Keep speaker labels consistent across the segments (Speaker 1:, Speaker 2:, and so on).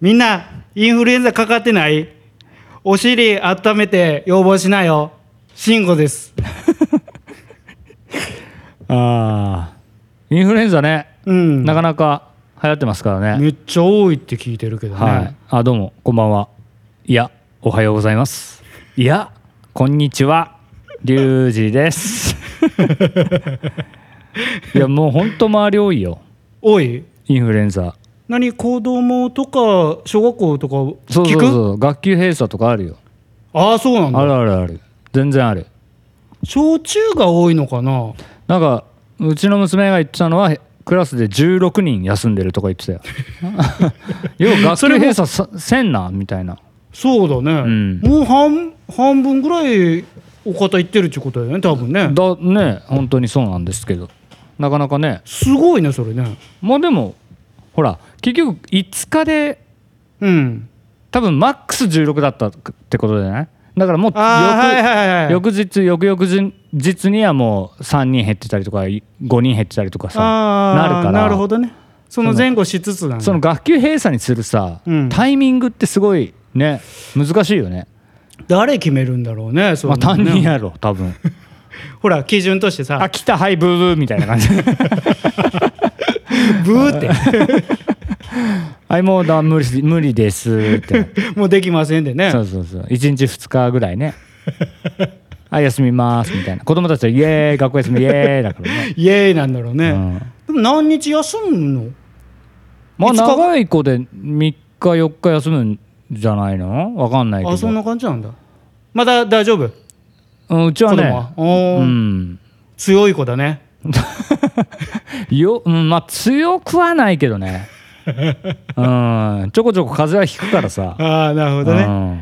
Speaker 1: みんな、インフルエンザかかってないお尻温めて要望しなよ。慎吾です。
Speaker 2: ああインフルエンザね、
Speaker 1: うん。
Speaker 2: なかなか流行ってますからね
Speaker 1: めっちゃ多いって聞いてるけどね。
Speaker 2: はいあどうもこんばんはいやおはようございますいやこんにちはリュウジです いやもうほんと周り多いよ
Speaker 1: 多い
Speaker 2: インフルエンザ
Speaker 1: 何子供とか小学校とか聞く
Speaker 2: そうそうそう学級閉鎖とかあるよ
Speaker 1: ああそうなん
Speaker 2: ある
Speaker 1: だ
Speaker 2: あるある全然ある
Speaker 1: 小中が多いのかな
Speaker 2: なんかうちの娘が言ってたのはクラスで16人休んでるとか言っ てたよ要は学級閉鎖させんなみたいな
Speaker 1: そうだね、
Speaker 2: うん
Speaker 1: もう半半分ぐらいお方いってるってことだよね多分ね
Speaker 2: だね本当にそうなんですけどなかなかね
Speaker 1: すごいねそれね
Speaker 2: まあでもほら結局5日で
Speaker 1: うん
Speaker 2: 多分マックス16だったってことじゃないだからもう翌,、
Speaker 1: ああはいはいはい
Speaker 2: 翌日翌々日日にはもう3人減ってたりとか5人減ってたりとかさ
Speaker 1: あ
Speaker 2: なる
Speaker 1: あ
Speaker 2: から
Speaker 1: なるほどねその前後しつつなんだ
Speaker 2: その学級閉鎖にするさ、
Speaker 1: うん
Speaker 2: タイミングってすごいね難しいよね
Speaker 1: 誰決めるんだろうねそ
Speaker 2: ま
Speaker 1: の
Speaker 2: あ
Speaker 1: ね
Speaker 2: 担任やろ多分
Speaker 1: ほら基準としてさ
Speaker 2: あ来たはいブーブーみたいな感じ
Speaker 1: ブーって
Speaker 2: はいもうだ無理無理ですって
Speaker 1: もうできませんでね
Speaker 2: そうそうそう1日2日ぐらいね はい休みますみたいな子供たちはイエーイ学校休みイエーイだからね
Speaker 1: イエーイなんだろうね、
Speaker 2: うん
Speaker 1: でも何日休むの
Speaker 2: まあ
Speaker 1: いつか
Speaker 2: 長い子で3日4日休むんじゃないのわかんないけ
Speaker 1: あそん
Speaker 2: ど
Speaker 1: な感じなんだまだ大丈夫子
Speaker 2: うんうちは
Speaker 1: 供
Speaker 2: ね
Speaker 1: は、お
Speaker 2: う
Speaker 1: ー
Speaker 2: ん
Speaker 1: 強い子だね
Speaker 2: よ、うん、まあ強くはないけ どねうんちょこちょこ風邪はひくからさ、
Speaker 1: ああなるほど
Speaker 2: う
Speaker 1: ね、
Speaker 2: ん、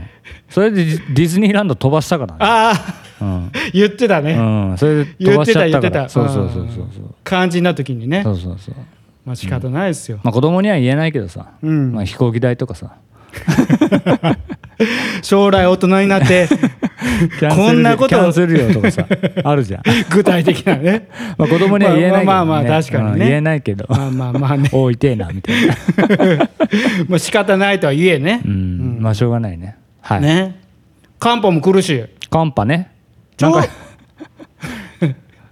Speaker 2: それでディディズニーランド飛ばしたからね
Speaker 1: ああ
Speaker 2: うん、
Speaker 1: 言ってたね、
Speaker 2: うん、それで飛ばしちゃった
Speaker 1: 言ってた言
Speaker 2: か
Speaker 1: ってた
Speaker 2: らそうそうそうそうそう
Speaker 1: 肝心な時にね
Speaker 2: そうそうそう
Speaker 1: まあ仕方ないですよ、
Speaker 2: まあ子供には言えないけどさ、
Speaker 1: うん
Speaker 2: まあ、飛行機代とかさ
Speaker 1: 将来大人になって こんなこと
Speaker 2: キャンセル料と かさあるじゃん、
Speaker 1: 具体的なね
Speaker 2: まあ、子供には言えないけど、ね、
Speaker 1: まあまあまあ確かにね
Speaker 2: うん言えないけど
Speaker 1: まあまあまあ ね
Speaker 2: おいてえなみたいな、
Speaker 1: まあ仕方ないとは言えね
Speaker 2: う、ん、まあしょうがないねはい
Speaker 1: ね寒波も来るし
Speaker 2: 寒波ね
Speaker 1: ちょ
Speaker 2: なんか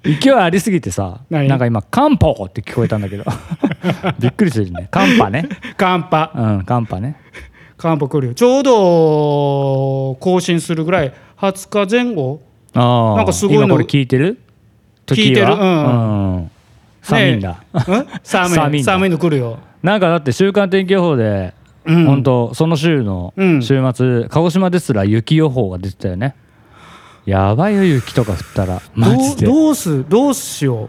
Speaker 2: 勢いありすぎてさ
Speaker 1: 何
Speaker 2: なんか今「寒波」って聞こえたん だけどびっくりするね寒波ね
Speaker 1: 寒波
Speaker 2: うん寒波ね
Speaker 1: 寒波来るよちょうど更新するぐらい20日前 後
Speaker 2: ああ
Speaker 1: なんかすごいの
Speaker 2: 今これ聞いてる時
Speaker 1: 聞いてる
Speaker 2: は
Speaker 1: うん
Speaker 2: うん寒いんだ、
Speaker 1: ねうん寒い
Speaker 2: 寒いんだ
Speaker 1: 寒いの来るよ
Speaker 2: なんかだって週間天気予報で、
Speaker 1: うん
Speaker 2: 本当その週の
Speaker 1: うん
Speaker 2: 週末、鹿児島ですら雪予報が出てたよねやばいよ雪とか降ったらマジで
Speaker 1: どう
Speaker 2: も
Speaker 1: どうすどうしよ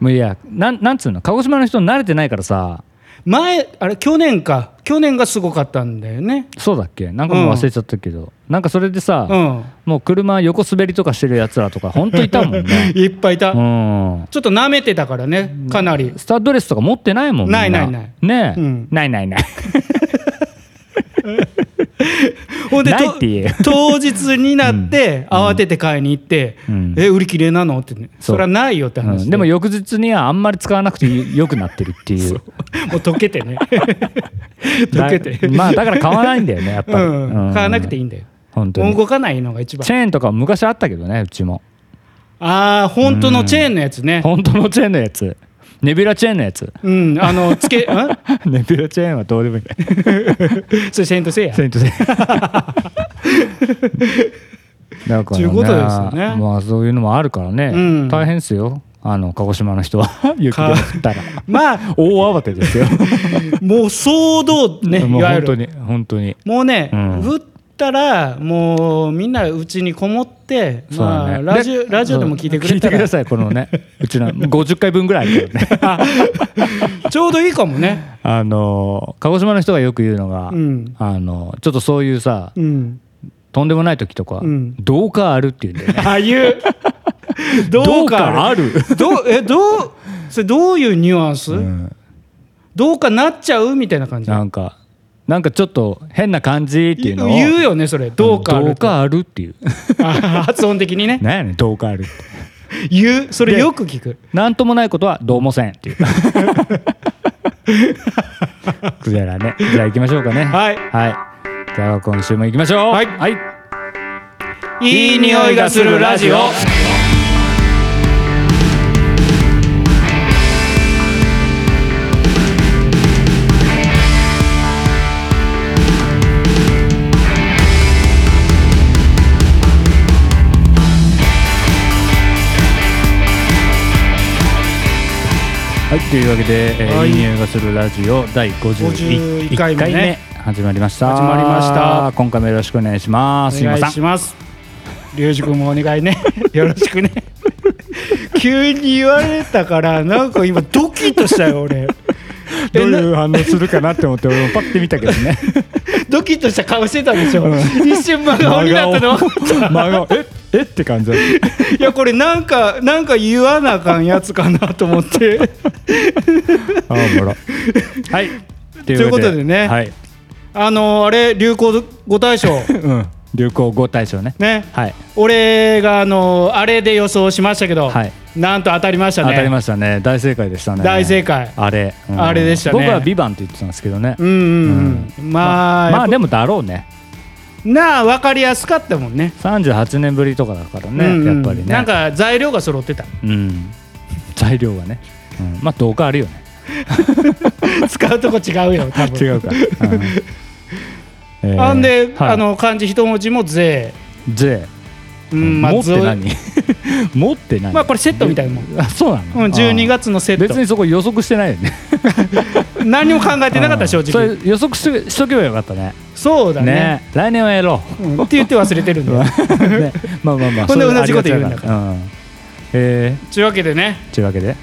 Speaker 1: う
Speaker 2: ういやなんなんつうの鹿児島の人慣れてないからさ
Speaker 1: 前あれ去年か去年がすごかったんだよね
Speaker 2: そうだっけなんかもう忘れちゃったけど、なんかそれでさ、
Speaker 1: うん
Speaker 2: もう車横滑りとかしてるやつらとか本当いたもん ね
Speaker 1: いっぱいいた、
Speaker 2: うん
Speaker 1: ちょっと舐めてたからねかなり
Speaker 2: スタッドレスとか持ってないもんみん
Speaker 1: ないないない
Speaker 2: ねえ、
Speaker 1: うん
Speaker 2: ないないない
Speaker 1: ほんでと
Speaker 2: ないって言えよ
Speaker 1: 当日になって慌てて買いに行って「
Speaker 2: うん
Speaker 1: え売り切れなの?」って、ね、
Speaker 2: そ
Speaker 1: そ
Speaker 2: う
Speaker 1: りゃないよって
Speaker 2: う
Speaker 1: 話で、
Speaker 2: んでも翌日にはあんまり使わなくてよくなってるっていう
Speaker 1: もう溶けてね 溶けて
Speaker 2: だまあだから買わないんだよねやっぱ
Speaker 1: う
Speaker 2: り、
Speaker 1: ん、買わなくていい
Speaker 2: い
Speaker 1: んだよ、
Speaker 2: 本当
Speaker 1: もう
Speaker 2: に
Speaker 1: 動かないのが一番
Speaker 2: チェーンとか昔あったけどねうちも
Speaker 1: ああ本当のチェーンのやつね
Speaker 2: 本当のチェーンのやつネビュラチェーンのやつ
Speaker 1: うん、あのつけ ん
Speaker 2: ネビュラチェーンはどうでもいい
Speaker 1: それセイントセイヤ
Speaker 2: セイント セイヤだから
Speaker 1: ちゅ
Speaker 2: ね
Speaker 1: うことですよね
Speaker 2: まあそういうのもあるからね、
Speaker 1: うん
Speaker 2: 大変ですよあの鹿児島 の人は雪が降ったら
Speaker 1: まあ
Speaker 2: 大慌てですよ
Speaker 1: もう騒動 ね
Speaker 2: も
Speaker 1: いうわゆ
Speaker 2: 本当
Speaker 1: る
Speaker 2: に本当に
Speaker 1: もうね、
Speaker 2: うん
Speaker 1: 降ったらもうみんなうちにこもって、
Speaker 2: そう
Speaker 1: ま
Speaker 2: だね
Speaker 1: あ、ラジオラジオでも聞いてくれた
Speaker 2: 聞いてくだ
Speaker 1: ら
Speaker 2: さいこのねう ちの50回分ぐらいあるからね
Speaker 1: ちょうどいいかもね。
Speaker 2: あの鹿児島の人がよく言うのが、
Speaker 1: うん
Speaker 2: あのちょっとそういうさ
Speaker 1: うん、
Speaker 2: とんでもない時とか、
Speaker 1: うん
Speaker 2: どうかあるっていうんだよね
Speaker 1: ああ いう どうかある
Speaker 2: る、
Speaker 1: どうえどうそれどういうニュアンス、
Speaker 2: うん、
Speaker 1: どうかなっちゃうみたいな感じ
Speaker 2: なんかなんかちょっと変な感じっていうのを
Speaker 1: 言うよねそれどうかあ
Speaker 2: ど
Speaker 1: る
Speaker 2: うかあるっていう
Speaker 1: あ 発音的にね
Speaker 2: なんやねんどうかあるって
Speaker 1: 言うそれよく聞く
Speaker 2: なんともないことはどうもせんっていうクビラねじゃあ行きましょうかね
Speaker 1: はい
Speaker 2: はいでは今週も行きましょう
Speaker 1: はい
Speaker 2: はい、
Speaker 1: いい匂いがするラジオ
Speaker 2: はい、というわけで、えー、
Speaker 1: はいい
Speaker 2: い匂いがするラジオ第51
Speaker 1: 51回目ね
Speaker 2: 始まりました
Speaker 1: 始まりました
Speaker 2: 今回もよろしくお願いします
Speaker 1: お願い
Speaker 2: す
Speaker 1: します。リュウジ君もお願い ね。よろしくね。急に言われたから、なんか今ドキッとしたよ、 俺。
Speaker 2: どういう反応するかなって思って俺もパッて見たけどね
Speaker 1: ドキッとした顔してたでしょ。一瞬真顔になったの。
Speaker 2: 真顔ええって感じだった
Speaker 1: いや、これなんか、なんか言わなあかんやつかなと思って。
Speaker 2: あおもろはいと
Speaker 1: いうことでね
Speaker 2: はい、
Speaker 1: あのあれ、流行語大賞。
Speaker 2: うん、流行語大賞ね
Speaker 1: ね。
Speaker 2: はい
Speaker 1: 俺があのあれで予想しましたけど、
Speaker 2: はい
Speaker 1: なんと当たりましたね。
Speaker 2: 当たりましたね大正解でしたね
Speaker 1: 大正解
Speaker 2: あれ、
Speaker 1: あれでしたね
Speaker 2: 僕は「ビバンって言ってたんですけどね、
Speaker 1: うんうんうん。まあ、
Speaker 2: まあでもだろうね
Speaker 1: なあ分かりやすかったもんね。
Speaker 2: 38年ぶりとかだからね、
Speaker 1: うんうん
Speaker 2: やっぱりね
Speaker 1: なんか材料が揃ってた
Speaker 2: うん、材料がね、うん、まあどうかあるよね
Speaker 1: 使うとこ違うよ多分
Speaker 2: 違うか、うんえー
Speaker 1: あんで、
Speaker 2: はい
Speaker 1: あの漢字一文字も税、
Speaker 2: 税
Speaker 1: うんまあ、
Speaker 2: 持って
Speaker 1: 税
Speaker 2: 何 持って何
Speaker 1: まあこれセットみたいなもん、
Speaker 2: あそうなの、
Speaker 1: うん、12
Speaker 2: あ
Speaker 1: 月のセ
Speaker 2: ー別
Speaker 1: ッ
Speaker 2: にそこ予測してないよね
Speaker 1: ト何も考えてなかった正
Speaker 2: うんそれ
Speaker 1: 直
Speaker 2: 予測ししとけばよかったね
Speaker 1: そうだ
Speaker 2: ね
Speaker 1: ね
Speaker 2: 来年はやろ う、
Speaker 1: うんって言って忘れてるんだよ
Speaker 2: ね、まあまあまあ
Speaker 1: ほんで
Speaker 2: それは
Speaker 1: 同じこと言うんだから
Speaker 2: ありがたいうんえ
Speaker 1: というわけでね
Speaker 2: ー、というわけで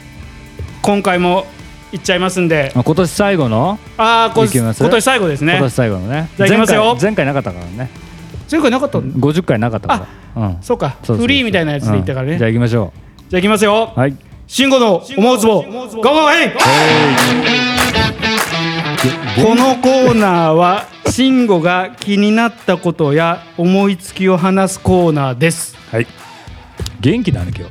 Speaker 1: 今回もいっちゃいますんで
Speaker 2: まあ今年最後の、
Speaker 1: ああこ
Speaker 2: いき
Speaker 1: 今
Speaker 2: ます
Speaker 1: 年最後ですね
Speaker 2: 今年最後のね
Speaker 1: じゃあいきますよ
Speaker 2: 前回前回なかったからね
Speaker 1: 前回なかったの
Speaker 2: 50回なかったからうん
Speaker 1: そうか
Speaker 2: そうそうそう
Speaker 1: フリーみたいなやつで言ったからね、
Speaker 2: うんじ
Speaker 1: じ
Speaker 2: ゃ
Speaker 1: ゃ
Speaker 2: あ行きましょ
Speaker 1: あいきますよ
Speaker 2: うはい
Speaker 1: 慎吾の思うつぼゴーゴーヘイこのコーナーは慎吾が気になったことや思いつきを話すコーナーです。
Speaker 2: はい元気だね今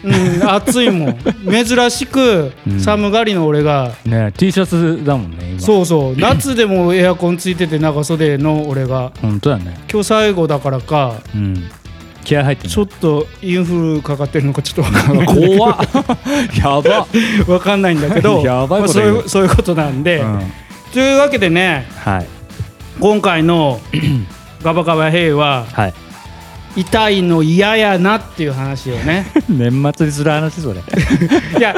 Speaker 1: うん、暑い もん。珍しく
Speaker 2: うん
Speaker 1: 寒がりの俺が、
Speaker 2: 日ね T シャツだもんね今う
Speaker 1: そうそう、夏でもエアコンついてて長袖の俺が、
Speaker 2: 本当だね
Speaker 1: 今日最後だからか、
Speaker 2: うん気合入ってんね
Speaker 1: ちょっとインフルかかってるのかちょっとわかん ない。
Speaker 2: 怖っやば
Speaker 1: わかんないんだけど、
Speaker 2: やばい
Speaker 1: まあ
Speaker 2: こと
Speaker 1: そう
Speaker 2: 言う
Speaker 1: いうそういうことなんで、
Speaker 2: うん
Speaker 1: というわけでね、
Speaker 2: はい
Speaker 1: 今回のガバガバヘイは
Speaker 2: はい
Speaker 1: 痛いの嫌やなっていう話をね。
Speaker 2: 年末にする話それ
Speaker 1: いや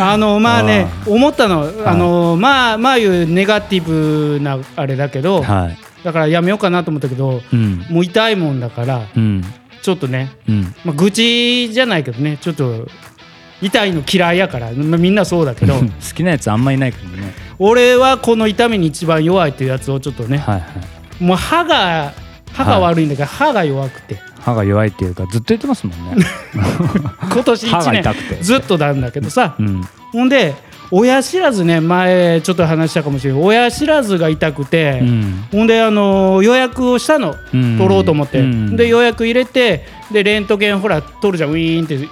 Speaker 1: あのまあね思ったのあの、まあまあいうネガティブなあれだけど
Speaker 2: はい
Speaker 1: だからやめようかなと思ったけど
Speaker 2: うん
Speaker 1: もう痛いもんだから
Speaker 2: うん
Speaker 1: ちょっとね、
Speaker 2: うん
Speaker 1: まあ、愚痴じゃないけどねちょっと痛いの嫌いやから、まあ、みんなそうだけど
Speaker 2: 好きなやつあんまいないからね
Speaker 1: 俺はこの痛みに一番弱いっていうやつをちょっとね
Speaker 2: はいはい
Speaker 1: もう歯が歯が悪いんだけど、歯が弱くて
Speaker 2: 歯が弱いっていうかずっと言ってますもん ね
Speaker 1: 今年
Speaker 2: 歯が
Speaker 1: 1
Speaker 2: 痛くて
Speaker 1: 年ずっとなんだけどさ
Speaker 2: うん
Speaker 1: ほんで親知らずね前ちょっと話したかもしれない親知らずが痛くて、
Speaker 2: うん
Speaker 1: ほんで、あのー予約をしたの、
Speaker 2: うん
Speaker 1: 取ろうと思って、
Speaker 2: うん
Speaker 1: で予約入れてでレントゲンほら取るじゃんウィーンって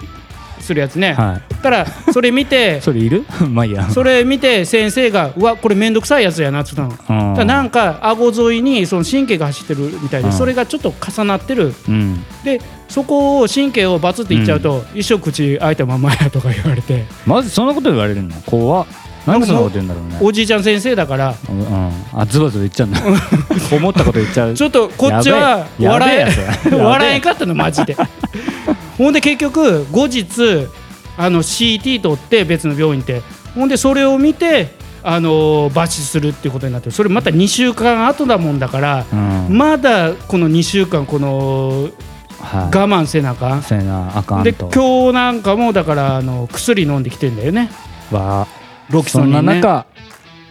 Speaker 1: するやつね、
Speaker 2: は
Speaker 1: だからそれ見て
Speaker 2: い それいるまあいいや
Speaker 1: それ見て先生がうわこれ面倒くさいやつやなって言ったの、
Speaker 2: うん
Speaker 1: だからなんか顎沿いにその神経が走ってるみたいで、
Speaker 2: うん
Speaker 1: それがちょっと重なってる
Speaker 2: うん
Speaker 1: でそこを神経をバツっていっちゃうと、一生口開いたままやとか言われて、
Speaker 2: まずそんなこと言われるの怖っなんでそんなこと言うんだろうね
Speaker 1: おじいちゃん先生だから
Speaker 2: うん、あズバズバ言っち ゃうんだ思ったこと言っちゃう
Speaker 1: ちょっとこっちは
Speaker 2: やべ え
Speaker 1: 笑
Speaker 2: やべえやつ
Speaker 1: え
Speaker 2: や
Speaker 1: 笑えんかったのマジでほんで結局後日あの CT 取って別の病院ってほんでそれを見てあのー抜歯するっていうことになってるそれまた2週間後だもんだから、
Speaker 2: うん
Speaker 1: まだこの2週間この
Speaker 2: はい
Speaker 1: 我慢せなあかん、
Speaker 2: せやなあかん
Speaker 1: で
Speaker 2: と
Speaker 1: 今日なんかもだからあの薬飲んできてんだよね
Speaker 2: は
Speaker 1: ロキソニン、ね、
Speaker 2: そんな中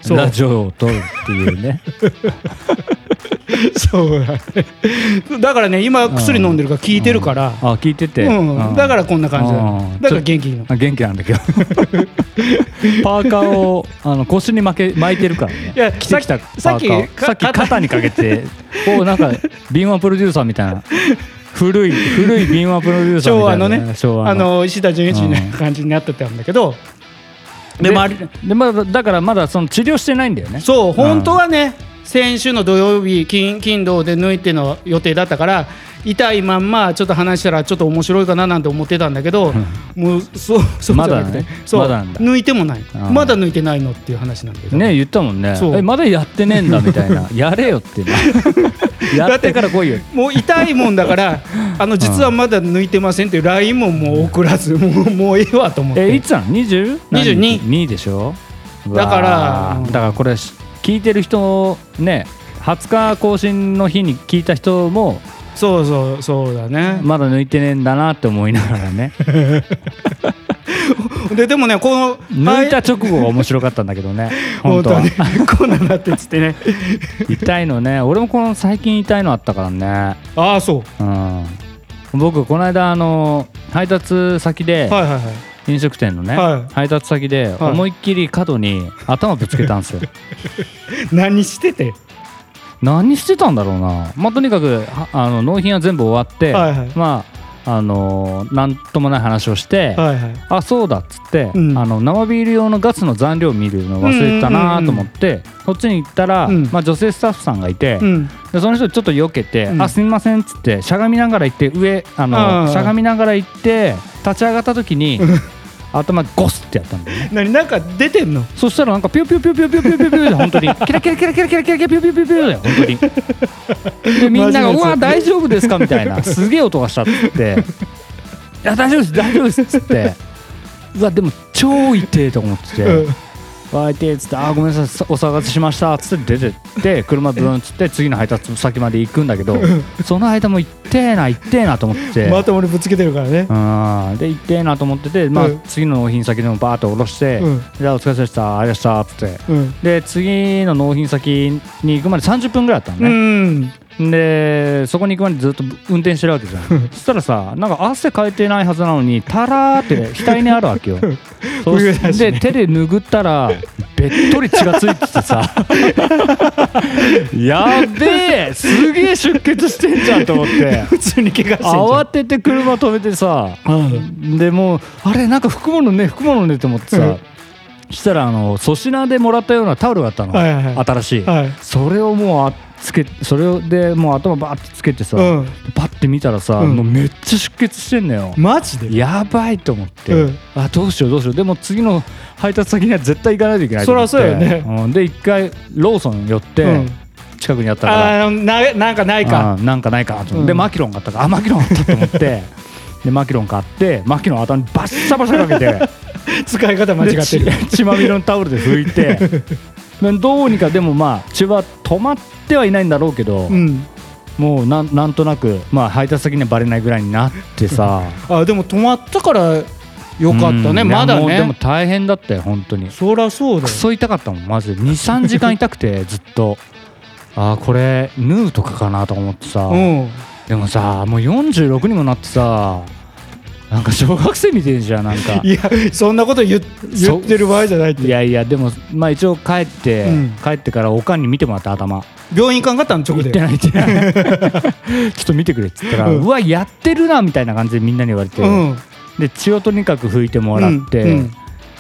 Speaker 1: そう
Speaker 2: ラジオを撮るっていう ね
Speaker 1: そうだねだからね今薬飲んでるから効いてるから、
Speaker 2: あ聞いてて、
Speaker 1: うん、だからこんな感じだ,、
Speaker 2: うん
Speaker 1: だから元気いいの
Speaker 2: あ元気なん だけどパーカーをあの腰に巻け巻いてるからね
Speaker 1: いや
Speaker 2: 着てきたパ
Speaker 1: さっき
Speaker 2: ーカー
Speaker 1: さ
Speaker 2: さ
Speaker 1: っ
Speaker 2: っ
Speaker 1: き
Speaker 2: き肩にかけてこうなんか敏腕プロデューサーみたい な古い古い敏腕プロデューサー
Speaker 1: 昭
Speaker 2: みた
Speaker 1: 和
Speaker 2: いな
Speaker 1: のね
Speaker 2: 昭和の
Speaker 1: あの石田純一みたいな感じになってたんだけど、でもあれ
Speaker 2: でまだだからまだその治療してないんだよね
Speaker 1: そう本当はね先週の土曜日金金土で抜いての予定だったから痛いまんまちょっと話したらちょっと面白いかななんて思ってたんだけど、もうそうそうじゃなくて
Speaker 2: まだね
Speaker 1: そう
Speaker 2: まだなんだ
Speaker 1: 抜いてもない
Speaker 2: あー
Speaker 1: まだ抜いてないのっていう話なんだけど、
Speaker 2: ね言ったもんね
Speaker 1: そう
Speaker 2: えまだやってねえんだみたい なやれよってなやってから来いよ
Speaker 1: もう痛いもんだから あの実はまだ抜いてませんっていう LINE ももう送らず もうもういいわと思っ
Speaker 2: え
Speaker 1: て
Speaker 2: いつなの 20?
Speaker 1: 22
Speaker 2: 2でしょうわー
Speaker 1: だから
Speaker 2: だからこれし聞いてる人ね20日更新の日に聞いた人も
Speaker 1: そうそうそうだね、
Speaker 2: まだ抜いてねえんだなって思いながら ね
Speaker 1: ででもねこの
Speaker 2: 抜いた直後が面白かったんだけど ね
Speaker 1: 本
Speaker 2: 本当
Speaker 1: 当
Speaker 2: は
Speaker 1: ね こんなんなってっつって ね
Speaker 2: 痛いのね俺もこの最近痛いのあったからね
Speaker 1: ああそう
Speaker 2: うん、僕この間あの配達先で、
Speaker 1: はいはいはい
Speaker 2: 飲食店のね、
Speaker 1: はい
Speaker 2: 配達先で
Speaker 1: はい
Speaker 2: 思いっきり角に頭ぶつけたんですよ
Speaker 1: 何してて
Speaker 2: 何してたんだろうな、まあ、とにかくはあの納品は全部終わって、
Speaker 1: はいはい
Speaker 2: まああのなんともない話をして、
Speaker 1: はいはい
Speaker 2: あそうだっつって、
Speaker 1: うん
Speaker 2: あの生ビール用のガスの残量見るの忘れてたなと思って、そっちに行ったら、
Speaker 1: うん
Speaker 2: まあ、女性スタッフさんがいて、
Speaker 1: うん
Speaker 2: でその人ちょっと避けて「
Speaker 1: うん
Speaker 2: あすみません」っつってしゃがみながら行って上あの
Speaker 1: あー
Speaker 2: しゃがみながら行って立ち上がった時に頭ゴスってやったんだよね
Speaker 1: 何なんか出てんの
Speaker 2: そしたらなんかピューピューピューピューピューピューピューピューで本当にキラキラキラキラキラキラキラピューピューピューピューだよ本当にでみんな
Speaker 1: マジ
Speaker 2: が「う
Speaker 1: のやつ
Speaker 2: わ大丈夫ですか?」みたいなすげえ音がしたっつって「いや大丈夫です大丈夫です」っつってうわでも超痛えと思ってて。
Speaker 1: うん
Speaker 2: わーいてーっつって「あーごめんなさいお騒がせしました」っつって出てって車ブーンっつって次の配達先まで行くんだけどその間も行ってえな行ってえなと思ってて。
Speaker 1: また俺ぶつけてるからね
Speaker 2: うんで行ってえなと思ってて、まあ
Speaker 1: うん
Speaker 2: 次の納品先でもバーッと下ろして、
Speaker 1: うん
Speaker 2: じゃあお疲れ様でしたありがとうございましたっつって
Speaker 1: うん
Speaker 2: で次の納品先に行くまで30分ぐらいあったの
Speaker 1: う
Speaker 2: ね、
Speaker 1: ん
Speaker 2: でそこに行くまでずっと運転してるわけじゃんそしたらさなんか汗かいてないはずなのにタラ ーって額にあるわけよそう
Speaker 1: 冬だしね
Speaker 2: で手で拭ったらべっとり血がついててさやべえすげえ出血してんじゃん と思って
Speaker 1: 普通に怪我してんじゃん
Speaker 2: 慌てて車止めてさ
Speaker 1: うん
Speaker 2: でもうあれなんか服物ね服物ねって思って
Speaker 1: う
Speaker 2: さ
Speaker 1: ん
Speaker 2: したらあの粗品でもらったようなタオルがあったの、
Speaker 1: はいはいはい
Speaker 2: 新しい、
Speaker 1: はい
Speaker 2: それをもうあつけそれをでもう頭バーってつけてさ、
Speaker 1: うん
Speaker 2: パッて見たらさ、
Speaker 1: うん
Speaker 2: もうめっちゃ出血してんのよ、
Speaker 1: マジで
Speaker 2: やばいと思って、
Speaker 1: うん
Speaker 2: あどうしようどうしようでも次の配達先には絶対行かないといけないと思って
Speaker 1: そりゃそうよ
Speaker 2: うんで一回ローソン寄って、
Speaker 1: うん
Speaker 2: 近くにあったから
Speaker 1: あーななんかないか
Speaker 2: うんなんかないかと思って、
Speaker 1: うん
Speaker 2: でマキロン買ったからあマキロンあったと思って でマキロン買ってマキロン頭にバッサバサかけて
Speaker 1: 使い方 間違ってる
Speaker 2: で血血まみれのタオルで拭いて でどうにかでもまあ血は止まってはいないん だろうけど、
Speaker 1: うん
Speaker 2: もうなんなんとなく、まあ、配達先にはバレないぐらいになってさ
Speaker 1: あでも止まったから よかったね
Speaker 2: うん
Speaker 1: まだ
Speaker 2: いやもうでも
Speaker 1: ね
Speaker 2: 大変だったよ本当に
Speaker 1: そりゃそうだ
Speaker 2: ク
Speaker 1: よ
Speaker 2: ソ痛かったもんマジで23時間痛くてずっとああこれヌーとかかなと思ってさ、
Speaker 1: うん
Speaker 2: でもさもう46にもなってさなんか小学生見てるじゃんなんか
Speaker 1: いやそんなこと言っ言ってる場合じゃないって
Speaker 2: いやいやでもまあ一応帰って、
Speaker 1: うん
Speaker 2: 帰ってからおかんに見てもらった頭
Speaker 1: 病院行かんかったの直
Speaker 2: 行って
Speaker 1: で
Speaker 2: ない行ってないちょっと見てくれっつったら、
Speaker 1: う
Speaker 2: うんわやってるなみたいな感じでみんなに言われて、
Speaker 1: うん
Speaker 2: で血をとにかく拭いてもらって、
Speaker 1: うんうん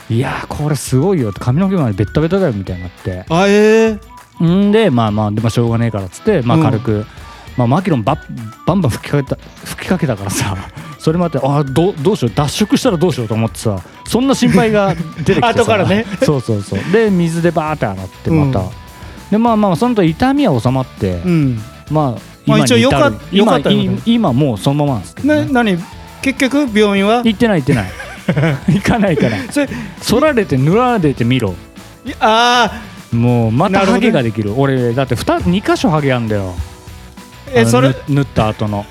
Speaker 2: いやーこれすごいよって髪の毛までベッタベタだよみたいになって
Speaker 1: あえー
Speaker 2: んでまあまあでもしょうがねえからっつって、まあ、
Speaker 1: うん
Speaker 2: 軽く、まあ、マキロンババンバン吹きかけた吹きかけたからさ それもあってあーどうどうしよう脱色したらどうしようと思ってさそんな心配が出てきてさ
Speaker 1: 後からね
Speaker 2: そうそうそうで水でバーって洗ってまた、
Speaker 1: うん
Speaker 2: でまあまあその後痛みは収まって、
Speaker 1: うんま
Speaker 2: まあ
Speaker 1: あ
Speaker 2: 今に至る
Speaker 1: 一応よかっ
Speaker 2: 今
Speaker 1: よかったよね
Speaker 2: い今もうそのままなんですけど、
Speaker 1: な
Speaker 2: ね、
Speaker 1: 何結局病院は
Speaker 2: 行ってない行ってない 行かないから
Speaker 1: それ
Speaker 2: そられて塗られてみろ
Speaker 1: いやあ
Speaker 2: もうま
Speaker 1: な
Speaker 2: た
Speaker 1: るほど
Speaker 2: ハ
Speaker 1: ね
Speaker 2: ゲができる俺だって 2, 2箇所ハゲあんだよ
Speaker 1: ーえ
Speaker 2: あの
Speaker 1: それ
Speaker 2: ぬ縫った 後の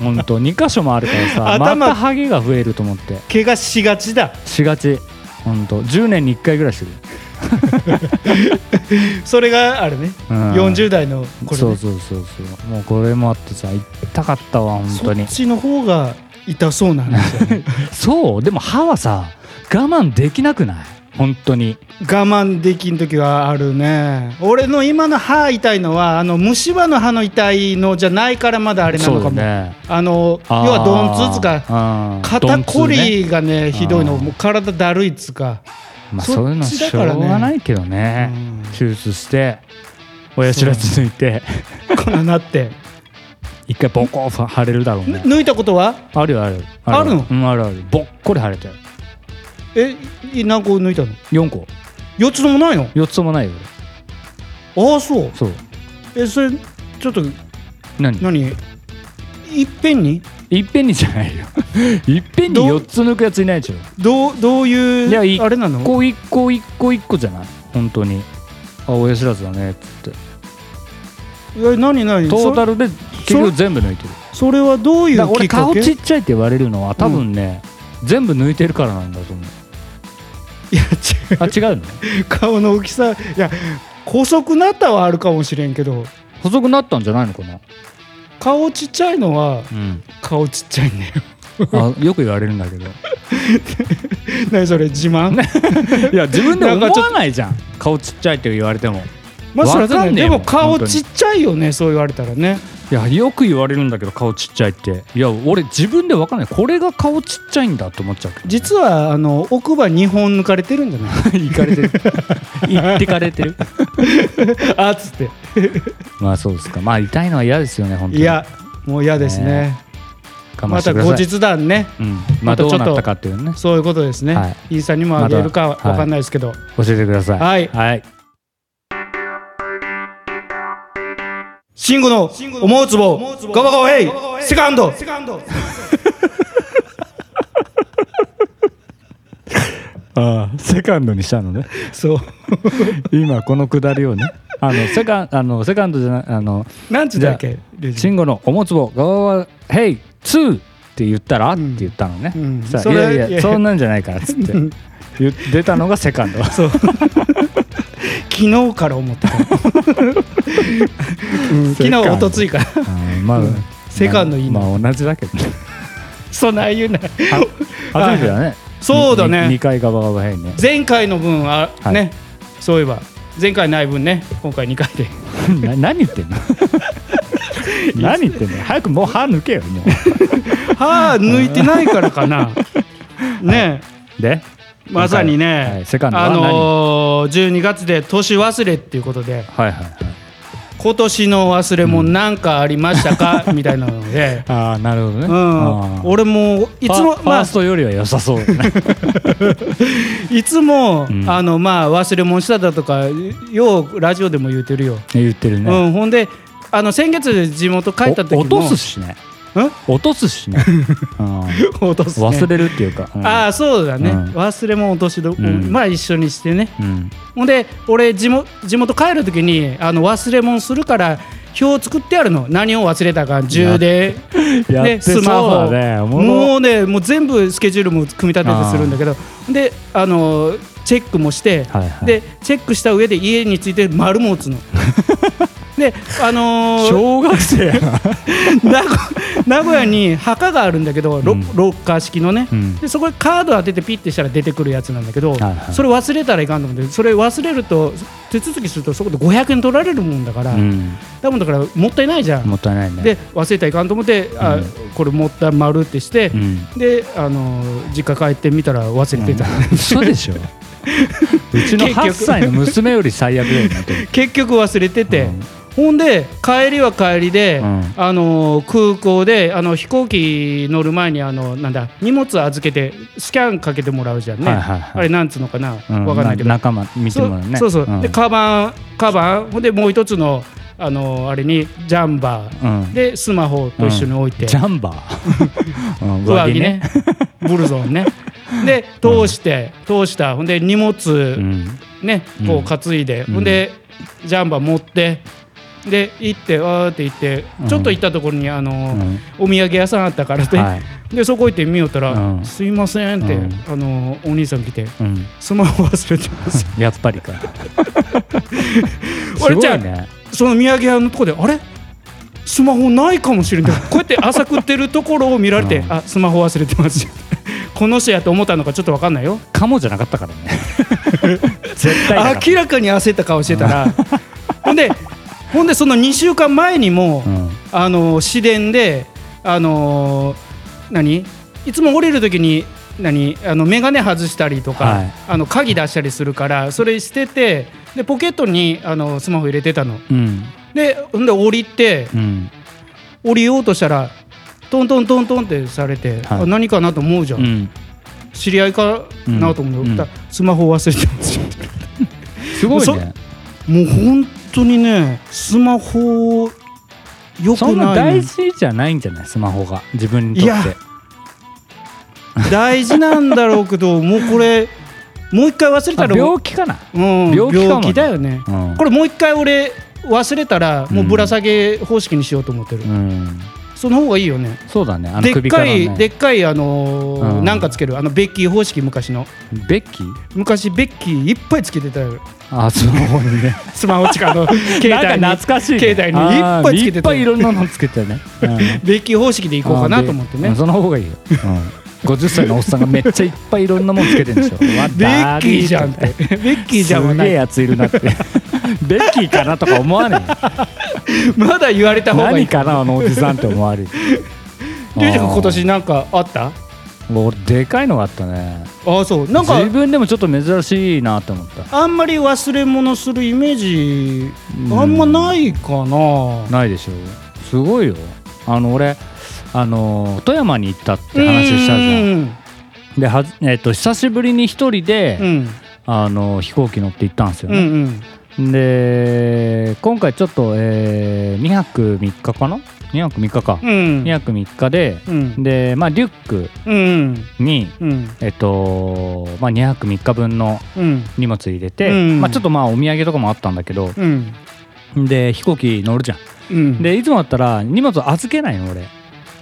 Speaker 2: 本当2箇所もあるからさま
Speaker 1: 頭
Speaker 2: たハゲが増えると思って
Speaker 1: 怪我しがちだ
Speaker 2: しがち本当10年に1回ぐらいする、
Speaker 1: それがあるね
Speaker 2: うん
Speaker 1: 40代のこれ
Speaker 2: そう
Speaker 1: ね
Speaker 2: そうそうそうもうこれもあってさ痛かったわ本
Speaker 1: そ
Speaker 2: 当
Speaker 1: っ
Speaker 2: に
Speaker 1: ちの方が痛そうなんですよね
Speaker 2: そうでも歯はさ我慢できなくない本当に
Speaker 1: 我慢できん時はあるね俺の今の歯痛いのはあの虫歯の歯の痛いのじゃないからまだあれなのか
Speaker 2: そ
Speaker 1: も、
Speaker 2: うだね
Speaker 1: あの要はドンツーつうか
Speaker 2: か
Speaker 1: 肩こりがね
Speaker 2: ね
Speaker 1: ひどいの
Speaker 2: あー
Speaker 1: もう体だるいっつうか
Speaker 2: まあ
Speaker 1: そっち
Speaker 2: そういうのはしょうがないけどね
Speaker 1: うん
Speaker 2: 手術して親知らず抜いて
Speaker 1: こんななって
Speaker 2: 一回ボコーと腫れるだろうね
Speaker 1: 抜いたことは
Speaker 2: あるよあるよ
Speaker 1: あるの
Speaker 2: うんあるあるぼっこり腫れて
Speaker 1: えい何個抜いたの
Speaker 2: 4個
Speaker 1: 4つともないの
Speaker 2: 4つともないよ
Speaker 1: ああそう
Speaker 2: 俺そう
Speaker 1: えそれちょっと
Speaker 2: 何
Speaker 1: 何いっぺんに
Speaker 2: いっぺんにじゃない よいっぺんに
Speaker 1: どう
Speaker 2: 4つ抜くやついないでしょ
Speaker 1: どうどういう
Speaker 2: いやい
Speaker 1: あれなの
Speaker 2: 一個一個一個一個じゃない本当にあ親知らずだねっつって
Speaker 1: え何何
Speaker 2: トータルで結局全部抜いてる
Speaker 1: そそれはどうい
Speaker 2: だ
Speaker 1: うき
Speaker 2: から俺
Speaker 1: っか
Speaker 2: 顔
Speaker 1: け
Speaker 2: ちっちゃいって言われるのは多分ね、全部抜いてるからなんだと思う
Speaker 1: いや
Speaker 2: あ 違うの
Speaker 1: 違う顔の大きさいや細くなったはあるかもしれんけど
Speaker 2: 細くなったんじゃないのかな、
Speaker 1: 顔ちっちゃいのは顔ちっちゃいんだよ
Speaker 2: あよく言われるんだけど
Speaker 1: 何それ自慢
Speaker 2: いや自分
Speaker 1: で
Speaker 2: で
Speaker 1: 思
Speaker 2: 思
Speaker 1: わ
Speaker 2: わないじゃん顔ちっちゃいって言われても
Speaker 1: まあそれはそうだよねでも
Speaker 2: わかんねえも
Speaker 1: 顔
Speaker 2: ん
Speaker 1: ちっちゃいよねそう言われたらね
Speaker 2: いやよく言われるんだけど顔ちっちゃいっていや俺自分で分かんないこれが顔ちっちゃいんだと思っちゃうけど
Speaker 1: 実はあの奥歯2本抜かれてるんじゃない
Speaker 2: 行か れてる行ってかれてる
Speaker 1: あっつって
Speaker 2: まあそうですかまあ痛いのは嫌ですよね本当
Speaker 1: い
Speaker 2: に
Speaker 1: やもう嫌ですね
Speaker 2: ね我慢
Speaker 1: ま
Speaker 2: して
Speaker 1: た
Speaker 2: ください
Speaker 1: 後日談ね
Speaker 2: うんま
Speaker 1: ま
Speaker 2: あ
Speaker 1: たちょ
Speaker 2: ど
Speaker 1: っと
Speaker 2: うなったかっていうのね
Speaker 1: そういうことですね、、
Speaker 2: はい
Speaker 1: イーサにもあげるかわ
Speaker 2: まだはい
Speaker 1: かんないですけど、
Speaker 2: 教えてください
Speaker 1: はい
Speaker 2: はい
Speaker 1: 慎吾の思うつぼガバガバヘイセカンド
Speaker 2: ああセカンドにしたの ね
Speaker 1: そう
Speaker 2: 今このくだりをねあのセカンあのセカンドじゃないあの
Speaker 1: 何時だっけレジ
Speaker 2: 慎吾のおもつぼガワワヘイツーって言ったらって言ったのね、
Speaker 1: うん
Speaker 2: さあ
Speaker 1: そ
Speaker 2: い
Speaker 1: れ
Speaker 2: やいや
Speaker 1: いや
Speaker 2: そんなんじゃないからっつって 言っ出たのがセカンド
Speaker 1: そう昨日から思って た、うん昨日おとついから
Speaker 2: うんまあ、
Speaker 1: うんセカンドいいな
Speaker 2: まあ同じだけどね
Speaker 1: そんな言うな
Speaker 2: 初めてだね
Speaker 1: そうだね
Speaker 2: 2回ガバガバヘイね
Speaker 1: 前回の分は
Speaker 2: はい
Speaker 1: ね、そういえば前回ない分ね今回2回で
Speaker 2: な何言っ てんの何言ってんの早くもう歯抜けよも
Speaker 1: 歯抜いてないからか なね
Speaker 2: うで
Speaker 1: まさにね、
Speaker 2: はいセカンドは
Speaker 1: あ
Speaker 2: 何
Speaker 1: のー、12月で年忘れっていうことで
Speaker 2: はいはいはい、
Speaker 1: 今年の忘れ物なんかありましたか、みたいなので
Speaker 2: ああなるほどね、
Speaker 1: うん、
Speaker 2: 俺
Speaker 1: 俺もい
Speaker 2: い
Speaker 1: つ
Speaker 2: つも
Speaker 1: も
Speaker 2: ファ,、
Speaker 1: ま
Speaker 2: ー
Speaker 1: あ
Speaker 2: ストよりは良 さそうだね
Speaker 1: いつも、
Speaker 2: うん
Speaker 1: あのまあ忘れ物しただとかようラジオでも言うてるよ、
Speaker 2: 言ってるね、
Speaker 1: うん、ほんであの先月地元帰った時も
Speaker 2: お落とすしね
Speaker 1: ん
Speaker 2: 落とすしね、うん
Speaker 1: 落とす、ね、
Speaker 2: 忘れるっていうか、うん
Speaker 1: ああそうだね、
Speaker 2: うん
Speaker 1: 忘れ物落としど、
Speaker 2: ん
Speaker 1: まあ一緒にしてね
Speaker 2: うん
Speaker 1: ほんで俺地元地元帰る時にあの忘れ物するから表を作ってあるの何を忘れたか銃で
Speaker 2: やって
Speaker 1: でスマ
Speaker 2: そう
Speaker 1: ホ
Speaker 2: だねもの
Speaker 1: もうねもう全部スケジュールも組み立ててするんだけどであのチェックもして、
Speaker 2: はいはい
Speaker 1: でチェックした上で家について丸も打 つの。であのー
Speaker 2: 小学生や
Speaker 1: 名
Speaker 2: な
Speaker 1: 古名古屋に墓があるんだけどロ,、ロッカー式のね、
Speaker 2: うん
Speaker 1: でそこにカード当ててピッてしたら出てくるやつなんだけど、
Speaker 2: いはい
Speaker 1: それ忘れたらいかんと思ってそれ忘れると手続きするとそこで500円取られるもんだから、
Speaker 2: うん
Speaker 1: 多分だからもったいないじゃん、
Speaker 2: もったいないね
Speaker 1: で忘れたらいかんと思って、あ
Speaker 2: うん
Speaker 1: これもったい丸ってして、
Speaker 2: うん
Speaker 1: であの実家帰ってみたら忘れてた、
Speaker 2: 嘘 でしょうちの
Speaker 1: 結局
Speaker 2: 8歳の娘より最悪だよね本当に
Speaker 1: 結局忘れてて、
Speaker 2: うん
Speaker 1: ほんで帰りは帰りで、
Speaker 2: うん
Speaker 1: あの空港であの飛行機乗る前にあのなんだ荷物預けてスキャンかけてもらうじゃんね、
Speaker 2: はいはいはい
Speaker 1: あれなんつうのかな、
Speaker 2: う ん
Speaker 1: わかんないけど
Speaker 2: 仲間見てもらうね
Speaker 1: そうそうそう、
Speaker 2: ん
Speaker 1: でカバンカバンほんでもう一つのあのあれにジャンバー、
Speaker 2: うん
Speaker 1: でスマホと一緒に置いて、
Speaker 2: ジャンバ ー、うん
Speaker 1: 上着ねブルゾンねで通して、通したほんで荷物、
Speaker 2: うん
Speaker 1: ね、
Speaker 2: う
Speaker 1: こ
Speaker 2: ん
Speaker 1: う担いで、
Speaker 2: ん
Speaker 1: ほんでジャンバー持ってで行ってわーって行って、
Speaker 2: うん
Speaker 1: ちょっと行ったところにあのー、
Speaker 2: うん
Speaker 1: お土産屋さんあったからで,、
Speaker 2: はい
Speaker 1: でそこ行って見よったら「
Speaker 2: うん
Speaker 1: すいません」って、
Speaker 2: うん
Speaker 1: あのーお兄さん来て
Speaker 2: うん、
Speaker 1: 「スマホ忘れて ます
Speaker 2: やっぱりかす ご
Speaker 1: 俺
Speaker 2: い
Speaker 1: じゃあ
Speaker 2: ね」
Speaker 1: その土産屋のとこで「あれスマホないかもしれない」こうやって朝食ってるところを見られて「
Speaker 2: うん
Speaker 1: あスマホ忘れてます」この人やと思ったのかちょっと分かんないよ
Speaker 2: カモじゃなかった からね絶対だから
Speaker 1: 明らかに焦った顔してたら、ほんでほんでその2週間前にも、
Speaker 2: うん
Speaker 1: あの市電であの何いつも降りる時に何あの眼鏡外したりとか、
Speaker 2: はい
Speaker 1: あの鍵出したりするからそれしててでポケットにあのスマホ入れてたの
Speaker 2: うん
Speaker 1: でほんで降りて
Speaker 2: うん
Speaker 1: 降りようとしたらトントントントンってされて、
Speaker 2: はい
Speaker 1: あ何かなと思うじゃ、
Speaker 2: うんん
Speaker 1: 知り合いかなと思
Speaker 2: うん
Speaker 1: ったら、スマホ忘れてたんですよ
Speaker 2: すごいね
Speaker 1: もう本当にねスマホよ
Speaker 2: そ
Speaker 1: く
Speaker 2: んな
Speaker 1: ない
Speaker 2: 大
Speaker 1: ね
Speaker 2: 事じゃないんじゃないスマホが自分にと
Speaker 1: い
Speaker 2: っ
Speaker 1: や
Speaker 2: て
Speaker 1: 大事なんだろうけどもうこれもう一回忘れ
Speaker 2: あ
Speaker 1: たら
Speaker 2: 病気かな
Speaker 1: うん、
Speaker 2: 病気かもね
Speaker 1: 病気だよね
Speaker 2: うん
Speaker 1: これもう一回俺忘れたらもうぶら下げ方式にしようと思ってる、
Speaker 2: うん
Speaker 1: その方がいいよね
Speaker 2: そうだねあの
Speaker 1: でっ
Speaker 2: 首か
Speaker 1: から
Speaker 2: の
Speaker 1: い、で
Speaker 2: ね
Speaker 1: っかいあのー
Speaker 2: うん
Speaker 1: なんかつけるあのベッキー方式昔の
Speaker 2: ベッキー
Speaker 1: 昔ベッキーいっぱいつけてたよ
Speaker 2: あスマホにね
Speaker 1: スマホ地下の 携
Speaker 2: なん
Speaker 1: 帯
Speaker 2: か
Speaker 1: に
Speaker 2: 懐かしいね
Speaker 1: 携帯にいっぱいつけてた
Speaker 2: あーいっぱいいろんなのつけてたねうん
Speaker 1: ベッキー方式でいこうかなと思って
Speaker 2: う
Speaker 1: ね
Speaker 2: んその方がいいよ、うん、50歳のおっさんがめっちゃいっぱいいろんなもんつけてるんですよ
Speaker 1: ベッキーじゃんってベッキーじゃんは
Speaker 2: す
Speaker 1: な
Speaker 2: げえ
Speaker 1: い
Speaker 2: やついるなって ベッキーかなとか思わねえよ
Speaker 1: まだ言われた方がい
Speaker 2: 何
Speaker 1: い
Speaker 2: かなあのおじさんって思われる
Speaker 1: 龍二君今年
Speaker 2: な
Speaker 1: なんかあった
Speaker 2: 俺でかいのがあったね
Speaker 1: ああそうなんか
Speaker 2: 自分でもちょっと珍しいなと思った
Speaker 1: あんまり忘れ物するイメージ
Speaker 2: うん
Speaker 1: あんまないかな、
Speaker 2: ないでしょすごいよあの俺あの富山に行ったって話したじゃん
Speaker 1: うん
Speaker 2: ではず、えっと久しぶりに一人で、
Speaker 1: うん
Speaker 2: あの飛行機乗って行ったんですよ
Speaker 1: うんう
Speaker 2: ね、
Speaker 1: ん
Speaker 2: で今回ちょっと、えー、2泊3日かな2泊3日か、
Speaker 1: うん
Speaker 2: 2泊3日で
Speaker 1: うん
Speaker 2: で、まあ、リュック
Speaker 1: うん
Speaker 2: に、
Speaker 1: うん
Speaker 2: えっとまあ、2泊3日分の
Speaker 1: うん
Speaker 2: 荷物入れて、
Speaker 1: うん
Speaker 2: まあ、ちょっとまあお土産とかもあったんだけど
Speaker 1: うん
Speaker 2: で飛行機乗るじゃん
Speaker 1: うん
Speaker 2: でいつもだったら荷物預けないの俺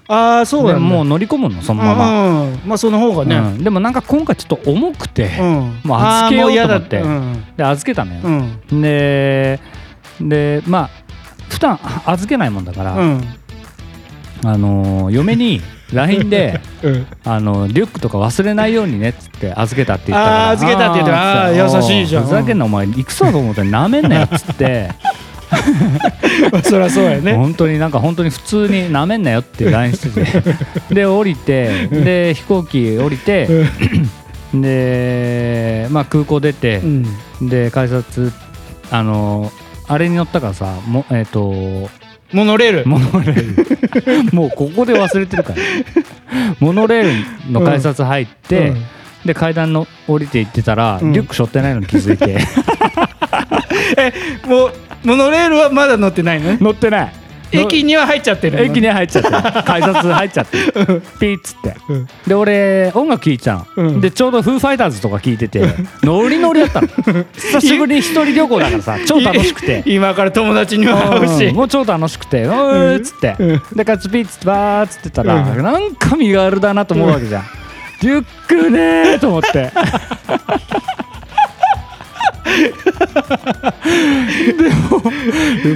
Speaker 1: ああそう
Speaker 2: で
Speaker 1: や
Speaker 2: もう
Speaker 1: う
Speaker 2: 乗り込むのそ
Speaker 1: ま
Speaker 2: のまま、
Speaker 1: あまあその方がね、
Speaker 2: うんでもなんか今回ちょっと重くて、
Speaker 1: うん
Speaker 2: もう
Speaker 1: あ
Speaker 2: 預
Speaker 1: ー
Speaker 2: けよ
Speaker 1: も
Speaker 2: う
Speaker 1: 嫌
Speaker 2: と
Speaker 1: だ
Speaker 2: 思って
Speaker 1: うん
Speaker 2: で預けたのよ
Speaker 1: う、ん
Speaker 2: ででまあ普段預けないもんだから、
Speaker 1: うん
Speaker 2: あのー嫁に LINE で
Speaker 1: うん
Speaker 2: あのリュックとか忘れないようにねっつって預けたって言ったから
Speaker 1: あー預けたって言って
Speaker 2: ー
Speaker 1: あー
Speaker 2: つっ
Speaker 1: 優しいじゃん
Speaker 2: おうふざけんなお前いくつだと思ってなめんなよっつって
Speaker 1: そりゃそうや ね
Speaker 2: 本当になんか本当に普通になめんなよって LINE しててで降りてで飛行機降りてで、まあ、空港出て、
Speaker 1: うん
Speaker 2: で改札あのーあれに乗ったからさもえっ、と
Speaker 1: モノレール
Speaker 2: モノレ ールもうここで忘れてるからモノレールの改札入って、
Speaker 1: うん
Speaker 2: で階段の降りて行ってたら、
Speaker 1: うん
Speaker 2: リュック背負ってないのに気づ いて
Speaker 1: もうモノレールはまだ乗ってないのね
Speaker 2: 乗ってない
Speaker 1: 駅には入っちゃってるのね
Speaker 2: 駅に入っちゃった改札入っちゃってピーッつって
Speaker 1: うん
Speaker 2: で俺音楽聴いてたの、
Speaker 1: うん
Speaker 2: でちょうどフーファイターズとか聴いててノリノリだ ったの久しぶりに一人旅行だからさ超楽しくて
Speaker 1: 今から友達にも会うし
Speaker 2: うんもう超楽しくて「うー」っつって、でカツピッつってバーっつってたら、
Speaker 1: う
Speaker 2: なんか身軽だなと思うわけじゃん、リュックねーと思ってでも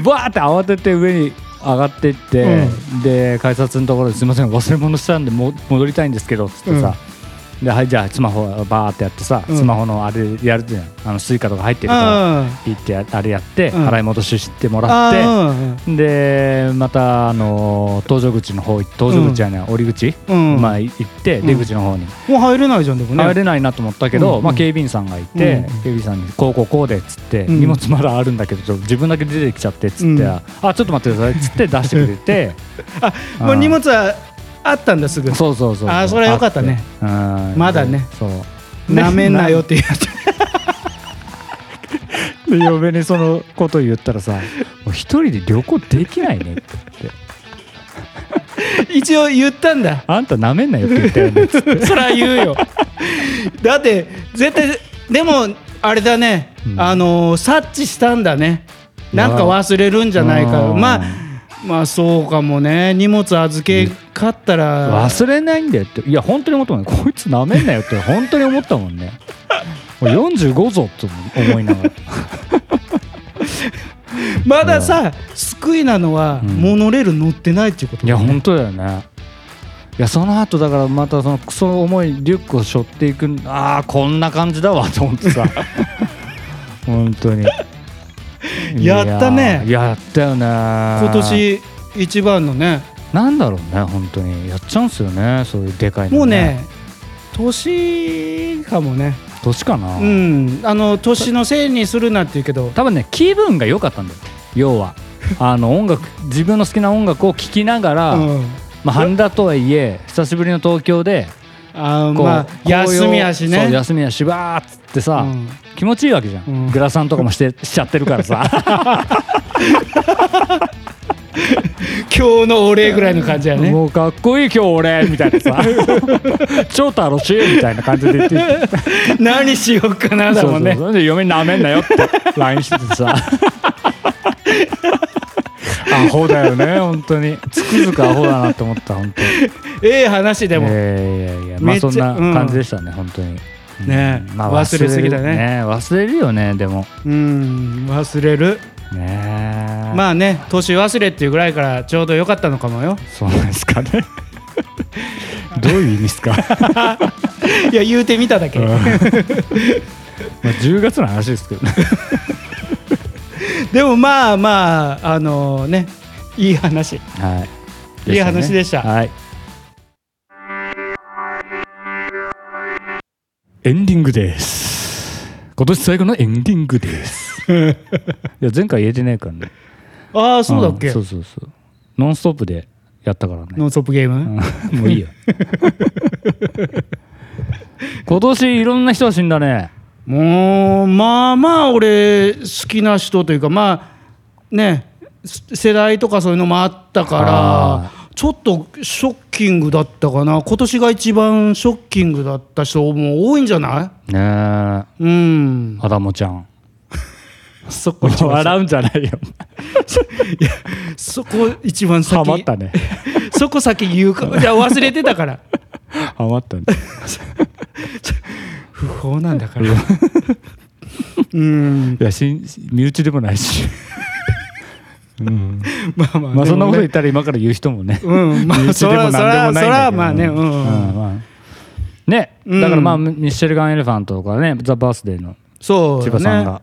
Speaker 2: バーって慌てて上に上がってって、で改札のところですいません忘れ物したんでも戻りたいんですけどっつってさ、ではいじゃあスマホバーってやってさ、
Speaker 1: うん
Speaker 2: スマホのあれやるじゃんあのスイカとか入ってるから
Speaker 1: あ
Speaker 2: ピッてやあれやって、
Speaker 1: うん
Speaker 2: 払い戻ししても
Speaker 1: あ
Speaker 2: らって
Speaker 1: ー
Speaker 2: でまたあの搭乗口の方搭乗口じゃない、降り口、
Speaker 1: うん
Speaker 2: まあ行って
Speaker 1: ん
Speaker 2: 出口の方に、
Speaker 1: もう入れないじゃんでもね
Speaker 2: 入れないなと思ったけど、
Speaker 1: うん
Speaker 2: まあ、警備員さんがいて、
Speaker 1: うん
Speaker 2: 警備員さんに「こうこうこうで」っつって、
Speaker 1: うん
Speaker 2: 荷物まだあるんだけど自分だけ出てきちゃってっつって、
Speaker 1: うん
Speaker 2: あちょっと待ってください」っつって出してくれ て
Speaker 1: あもう荷物はあったんだすぐ
Speaker 2: そうそうそう
Speaker 1: あそれはよかったね
Speaker 2: あってうん
Speaker 1: まだね
Speaker 2: そう
Speaker 1: なめんなよって言われて
Speaker 2: で嫁にそのこと言ったら さ「もう一人で旅行できないね」って言って
Speaker 1: 一応言ったんだ
Speaker 2: 「あんたなめんなよ」って言ったよねっつって
Speaker 1: そりゃ言うよだって絶対でもあれだね、
Speaker 2: うん
Speaker 1: あのー察知したんだねなんか忘れるんじゃないか
Speaker 2: うん
Speaker 1: まあまあそうかもね荷物預けかったら、
Speaker 2: 忘れないんだよっていや本当に思ったもんねこいつなめんなよ って本当に思ったもんねもう45ぞと思いながら
Speaker 1: まださ救いなのは、
Speaker 2: うん
Speaker 1: モノレール乗ってないっていうこと
Speaker 2: い
Speaker 1: だ
Speaker 2: や
Speaker 1: ね
Speaker 2: 本当だよねいやその後だからまたそのクソ重いリュックを背負っていくああこんな感じだわと思って さ本当に
Speaker 1: やったね
Speaker 2: いややったよね今
Speaker 1: 今年一番のね
Speaker 2: なんだろうね本当にやっちゃうんすよねそういうでかいの、
Speaker 1: もうね年かもね
Speaker 2: 年かな、
Speaker 1: うんあの年のせいにするなって言うけど
Speaker 2: 多分ね気分が良かったんだよ要 はあの音楽自分の好きな音楽を聴きながら、
Speaker 1: うん
Speaker 2: まあ、半田とはいえ久しぶりの東京で
Speaker 1: あー
Speaker 2: こう
Speaker 1: まあ
Speaker 2: 紅葉
Speaker 1: 休みやし
Speaker 2: そう
Speaker 1: ね
Speaker 2: 休みやしばーっつって
Speaker 1: う
Speaker 2: さ、
Speaker 1: ん
Speaker 2: 気持ちいいわけじゃん、
Speaker 1: うん
Speaker 2: グラサンとかもしてしちゃってるか らさ、
Speaker 1: 今日のお礼ぐらいの感じやね
Speaker 2: もうかっこいい今日俺みたい なさ超楽しいみたいな感じで言って
Speaker 1: 何しようかなだもんね
Speaker 2: そうそうそうで嫁なめんなよって LINE しててさアホだよね本当につくづくアホだなって思った本当に
Speaker 1: ええ話でも、
Speaker 2: いやいやいや
Speaker 1: め
Speaker 2: まあ
Speaker 1: っち
Speaker 2: そ
Speaker 1: ゃ
Speaker 2: んな感じでしたね、本当にうん
Speaker 1: ねえ忘れすぎだね
Speaker 2: 忘れるよねでも
Speaker 1: うん忘れる
Speaker 2: ねえ
Speaker 1: まあね年忘れっていうぐらいからちょうど良かったのかも よ
Speaker 2: そうなんで すかねどういう意味ですか
Speaker 1: いや言うてみただけ
Speaker 2: うん まあ10月の話ですけどね
Speaker 1: でもまあまああのねいい話
Speaker 2: はい
Speaker 1: いい話でした
Speaker 2: はいエンディングです今年最後のエンディングです いや前回言えてないからね
Speaker 1: ああそうだっけ
Speaker 2: んそうそうそう「ノンストップ!」でやったからね
Speaker 1: ノンストップゲーム、
Speaker 2: うんもういいよ 今年いろんな人が死んだね
Speaker 1: もうまあまあ俺好きな人というかまあねす世代とかそういうのもあったから
Speaker 2: あ
Speaker 1: ちょっとショッキングだったかな今年が一番ショッキングだった人も多いんじゃな
Speaker 2: ねえア
Speaker 1: いうん
Speaker 2: ダモちゃん
Speaker 1: そこ一番
Speaker 2: 笑うんじゃないよ
Speaker 1: そこ一番
Speaker 2: ハ
Speaker 1: 先
Speaker 2: マっ たね
Speaker 1: そこ先言うかじゃあ忘れてたから
Speaker 2: ハマったね
Speaker 1: 不法なんだからうん
Speaker 2: いやしん身内でもないし、うん、
Speaker 1: まあまあ、
Speaker 2: まあそんなこ
Speaker 1: でも
Speaker 2: と言
Speaker 1: ね
Speaker 2: ったら今から言う人もね
Speaker 1: うんま
Speaker 2: 身
Speaker 1: あ
Speaker 2: 内
Speaker 1: そ
Speaker 2: で
Speaker 1: ら
Speaker 2: も
Speaker 1: そ
Speaker 2: なん
Speaker 1: らそ
Speaker 2: でもないん
Speaker 1: ら
Speaker 2: だけど
Speaker 1: まあねうん、
Speaker 2: うんまあね
Speaker 1: うん
Speaker 2: だからまあミミッシェルガン・エレファントとかねザ・バースデーの
Speaker 1: そう
Speaker 2: 千
Speaker 1: だね
Speaker 2: 葉さんが、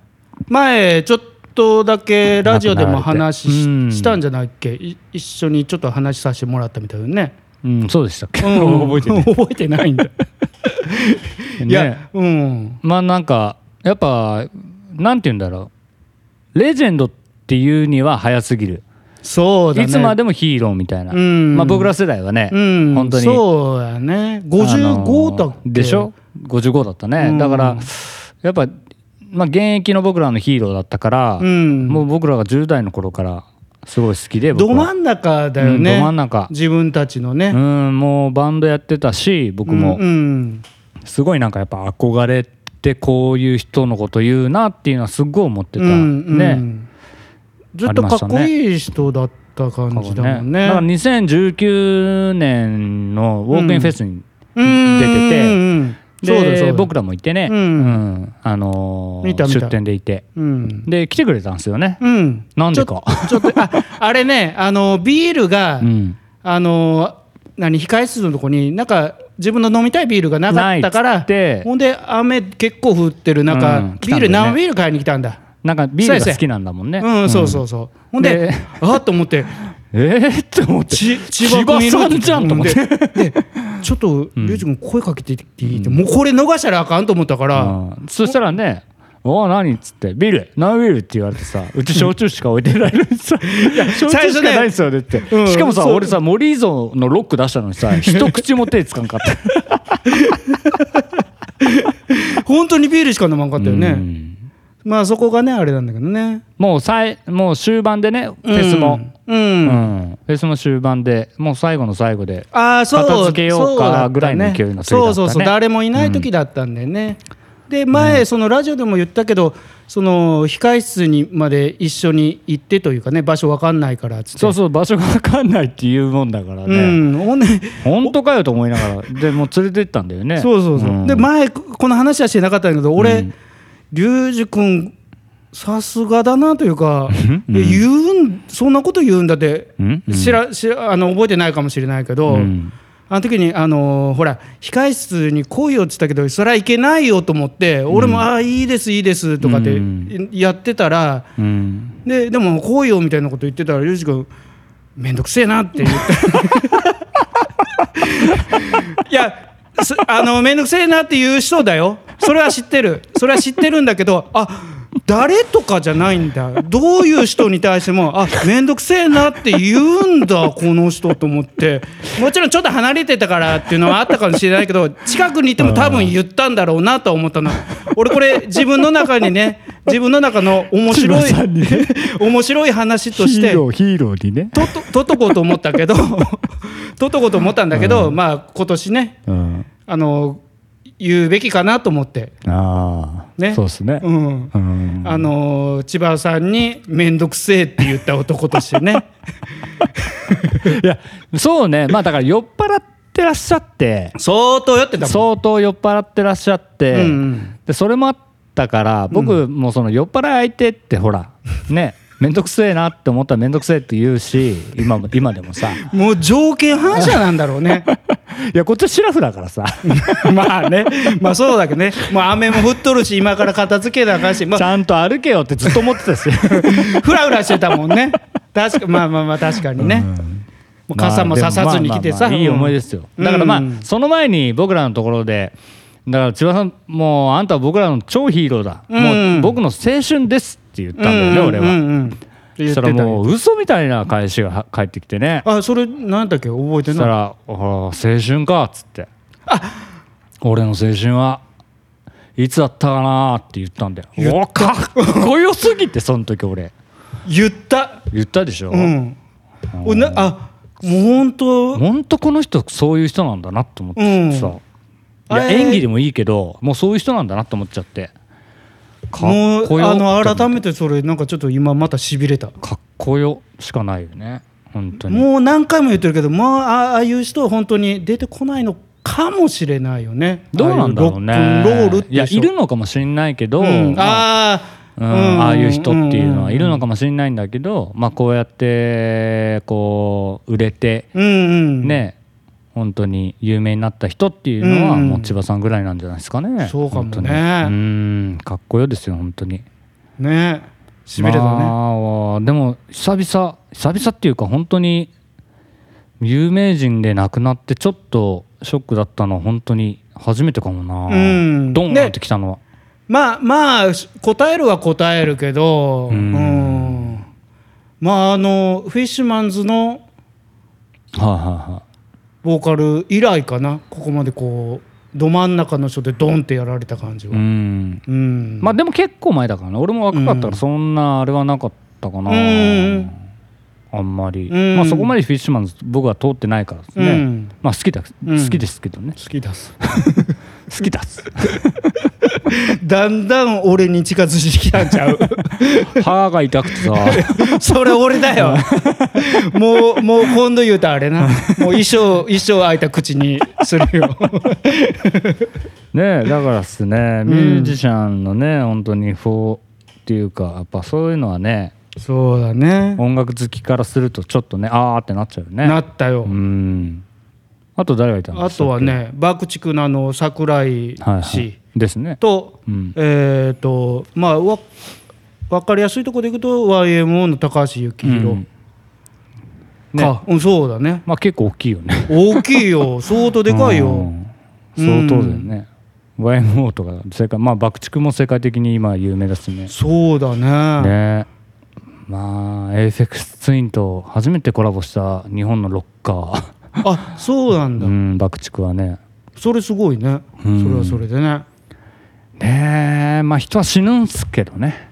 Speaker 1: 前ちょっとだけラジオでも話し,、
Speaker 2: うん
Speaker 1: たんじゃないっけい一緒にちょっと話させてもらったみたいだよね、
Speaker 2: うん、そうでしたっけ、
Speaker 1: うん
Speaker 2: 覚えてない、
Speaker 1: 覚えてないんだ、
Speaker 2: ね、
Speaker 1: いやうん
Speaker 2: まあなんかやっぱなんて言うんだろうレジェンドっていうには早すぎる、
Speaker 1: そうだね
Speaker 2: いつま
Speaker 1: で
Speaker 2: でもヒーローみたいな、
Speaker 1: うん
Speaker 2: まあ、僕ら世代はね、
Speaker 1: うん
Speaker 2: 本当に
Speaker 1: そうだね55だっけ、
Speaker 2: あのでしょ55だったね、
Speaker 1: うん
Speaker 2: だからやっぱ、まあ、現役の僕らのヒーローだったから、
Speaker 1: うん
Speaker 2: もう僕らが10代の頃からすごい好きで僕
Speaker 1: ど
Speaker 2: は
Speaker 1: 真ん中だよ
Speaker 2: う
Speaker 1: ね、
Speaker 2: んど真ん中
Speaker 1: 自分たちの
Speaker 2: う
Speaker 1: ね、
Speaker 2: んもうバンドやってたし僕も
Speaker 1: うんうん
Speaker 2: すごいなんかやっぱ憧れてこういう人のこと言うなっていうのはすごい思ってた、
Speaker 1: うんうん
Speaker 2: ね、
Speaker 1: ずっとかっこいい人だった感じだもんね
Speaker 2: だから2019年のウォークインフェスに、
Speaker 1: うん
Speaker 2: 出てて
Speaker 1: うんうんそうだ
Speaker 2: で
Speaker 1: そうだ
Speaker 2: 僕らも行ってね、
Speaker 1: うん
Speaker 2: んあのー
Speaker 1: 見た見た
Speaker 2: 出店でいて
Speaker 1: うん
Speaker 2: で来てくれたんですよね、
Speaker 1: うん
Speaker 2: なんでか、
Speaker 1: ちょっとああれねあのビールが、
Speaker 2: うん、
Speaker 1: あの何控え室のとこになんか自分の飲みたいビールがなかったか
Speaker 2: な
Speaker 1: ら
Speaker 2: いっつって
Speaker 1: ほんで雨結構降ってる中、
Speaker 2: うん来
Speaker 1: ビ
Speaker 2: た
Speaker 1: ー
Speaker 2: んだ
Speaker 1: ル
Speaker 2: よね
Speaker 1: 生ビール買いに来たんだ
Speaker 2: なんかビールが好きなんだもんね
Speaker 1: うんそう
Speaker 2: う
Speaker 1: そうそう、ほんで
Speaker 2: で
Speaker 1: あっと思って
Speaker 2: んえー、って思って
Speaker 1: ち千
Speaker 2: 千葉
Speaker 1: 葉
Speaker 2: さんじゃんと思って
Speaker 1: ででちょっとリュウジ君声かけてっていいって、もうこれ逃したらあかんと思ったから、
Speaker 2: うんそしたらね「おお何?」っつって「ビール何ビール?」って言われて さうち焼酎しか置いてないのにさ「いや焼酎しかないですよね」って、
Speaker 1: うん
Speaker 2: しかもさ
Speaker 1: そう
Speaker 2: 俺さ森伊蔵のロック出したの にさ一口も手つかんかった
Speaker 1: 本当にビールしか飲まんかったよね、
Speaker 2: うん
Speaker 1: まあそこがねあれなんだけどね
Speaker 2: もうさいもう終盤でねフェスも、
Speaker 1: うん、
Speaker 2: う
Speaker 1: うんん
Speaker 2: フェスも終盤でもう最後の最後で
Speaker 1: ああそう
Speaker 2: 片付けようかぐらいの勢いの時だったね
Speaker 1: そうそうそう誰もいない時だったんでね、で前そのラジオでも言ったけどその控室にまで一緒に行ってというかね場所わかんないからっつって
Speaker 2: そうそう場所が分かんないっていうもんだからね、
Speaker 1: うんほんで
Speaker 2: 本当かよと思いながらでもう連れてったんだよね
Speaker 1: そうそうそう、
Speaker 2: ん
Speaker 1: で前この話はしてなかったんだけど
Speaker 2: う
Speaker 1: 俺
Speaker 2: ん
Speaker 1: 龍二君さすがだなというか、
Speaker 2: うん
Speaker 1: いや言うんそんなこと言うんだって、
Speaker 2: うんうん
Speaker 1: 知ら知らあの覚えてないかもしれないけど、
Speaker 2: うん
Speaker 1: あの時に、あのーほら控室に来いよって言ったけどそれはいけないよと思って俺も「ああいいですいいです」とかって
Speaker 2: うん
Speaker 1: やってたら、
Speaker 2: うん
Speaker 1: ででも「来いよ」みたいなこと言ってたらユージ君「めんどくせえな」って言っていやすあの面倒くせえなっていう人だよそれは知ってるそれは知ってるんだけどあ誰とかじゃないんだどういう人に対してもあ面倒くせえなって言うんだこの人と思ってもちろんちょっと離れてたからっていうのはあったかもしれないけど近くにいても多分言ったんだろうなとは思ったの俺これ自分の中にね自分の中の面白い
Speaker 2: 千葉さんにね
Speaker 1: 面白い話
Speaker 2: ヒ
Speaker 1: として
Speaker 2: ーローヒーローにね、
Speaker 1: とととっとこうと思ったけど とっとこうと思ったんだけど、まあ今年ね
Speaker 2: うん、
Speaker 1: あの言うべきかなと思って、
Speaker 2: ああ、
Speaker 1: ね
Speaker 2: そうですね、
Speaker 1: うん
Speaker 2: うん
Speaker 1: あの千葉さんに「面倒くせえ」って言った男として ね
Speaker 2: いやそうねまあだから酔っ払ってらっしゃって
Speaker 1: 相当酔ってたもん
Speaker 2: 相当酔っ払ってらっしゃって、
Speaker 1: うんうん
Speaker 2: でそれもあったから僕もその酔っ払い相手ってほらね面倒くせえなって思ったら面倒くせえって言うし今も今でもさ
Speaker 1: もう条件反射なんだろう ね
Speaker 2: いやこっちはシラフだからさ
Speaker 1: まあねまあそうだけどねもう雨も降っとるし今から片付けなあかんし、ま
Speaker 2: ち
Speaker 1: あ、
Speaker 2: ゃんと歩けよってずっと思ってたし
Speaker 1: ふらふらしてたもんね確かまあまあまあ確かにね、もう傘もささずに来てさ、
Speaker 2: まあでもまあまあまあいい思いですよ、だからまあ、
Speaker 1: うん
Speaker 2: その前に僕らのところでだから千葉さんもうあんたは僕らの超ヒーローだ、
Speaker 1: うん
Speaker 2: もう僕の青春ですって言ったんだよね、俺は、
Speaker 1: うんうんうん
Speaker 2: そしたらもう嘘みたいな返しがは返ってきてね
Speaker 1: あそれなんだっけ覚え
Speaker 2: そ
Speaker 1: て
Speaker 2: した
Speaker 1: ない
Speaker 2: ら「ほら青春か」っつって「俺の青春はいつだったかな」って言ったんだよ
Speaker 1: 言
Speaker 2: おかっこよすぎてその時俺
Speaker 1: 言った
Speaker 2: 言ったでしょ、
Speaker 1: うんおなあもう本当
Speaker 2: ほんとこの人そういう人なんだなと思ってさ、
Speaker 1: うん
Speaker 2: いや
Speaker 1: えー
Speaker 2: 演技でもいいけどもうそういう人なんだなと思っちゃってか
Speaker 1: も
Speaker 2: っ
Speaker 1: う
Speaker 2: こよ
Speaker 1: あの改めてそれなんかちょっと今またしびれた
Speaker 2: かっこよしかないよね本当に
Speaker 1: もう何回も言ってるけどまああああいう人は本当に出てこないのかもしれないよね
Speaker 2: どうなんだろうね
Speaker 1: ああいうロックンロールって
Speaker 2: いや
Speaker 1: 人
Speaker 2: いるのかもしれないけど、
Speaker 1: うん
Speaker 2: ま
Speaker 1: あ
Speaker 2: あ
Speaker 1: あ
Speaker 2: うんああいう人っていうのはいるのかもしれないんだけど、まあ、こうやってこう売れて
Speaker 1: うんうん
Speaker 2: ね、本当に有名になった人っていうのは
Speaker 1: うん
Speaker 2: もう千葉さんぐらいなんじゃないですかね。
Speaker 1: そうかもね
Speaker 2: 本当にうんかっこよですよ本当に。
Speaker 1: ねしびれたね、
Speaker 2: まあでも久々久々っていうか本当に有名人で亡くなってちょっとショックだったのは本当に初めてかもな。
Speaker 1: うん
Speaker 2: ドンってきたのは。
Speaker 1: まあまあ答えるは答えるけど、
Speaker 2: う
Speaker 1: うんんまああのフィッシュマンズの
Speaker 2: はいはいはい。
Speaker 1: ボーカル以来かなここまでこうど真ん中の人でドンってやられた感じは。
Speaker 2: う
Speaker 1: うん
Speaker 2: んま
Speaker 1: ま
Speaker 2: あでも結構前だからね俺も若かったか
Speaker 1: う
Speaker 2: ら
Speaker 1: ん
Speaker 2: そんなあれはなかったかな、
Speaker 1: うん
Speaker 2: あんまり、
Speaker 1: うん
Speaker 2: まあそこまでフィッシュマンズ僕は通ってないからですね、
Speaker 1: うん
Speaker 2: まあ好きだ、
Speaker 1: うん
Speaker 2: 好きですけどね
Speaker 1: 好きだす
Speaker 2: 好きだっす
Speaker 1: だんだん俺に近づいてきたんちゃう
Speaker 2: 歯が痛く てさ
Speaker 1: それ俺だよもうもう今度言うとあれなもう一生一生開いた口にするよ
Speaker 2: ねえだからっすね
Speaker 1: ん
Speaker 2: ミュージシャンのね本当にフォーっていうかやっぱそういうのはね
Speaker 1: そうだね
Speaker 2: 音楽好きからするとちょっとねあーってなっちゃうよね
Speaker 1: なったよ、
Speaker 2: うんあと誰がいたん
Speaker 1: あ
Speaker 2: ですか
Speaker 1: とはね、爆竹のあの桜井氏、
Speaker 2: はい、はい、ですね
Speaker 1: と、
Speaker 2: うん
Speaker 1: えっ、と、まあ、わ分かりやすいところでいくと、YMO の高橋幸
Speaker 2: う
Speaker 1: 宏
Speaker 2: んね
Speaker 1: か、うんそうだね、
Speaker 2: まあ結構大きいよね
Speaker 1: 大きい よ、相当でかいうよ。
Speaker 2: ん相当だよね、YMO とか世界まあ爆竹も世界的に今有名だしね
Speaker 1: そうだね
Speaker 2: ねまあエイフェクスツインと初めてコラボした日本のロッカ
Speaker 1: あそうなん
Speaker 2: ー、
Speaker 1: だ、
Speaker 2: うん、爆竹はね
Speaker 1: それすごいね、
Speaker 2: うん
Speaker 1: それはそれでね。
Speaker 2: ねえまあ人は死ぬんすけどね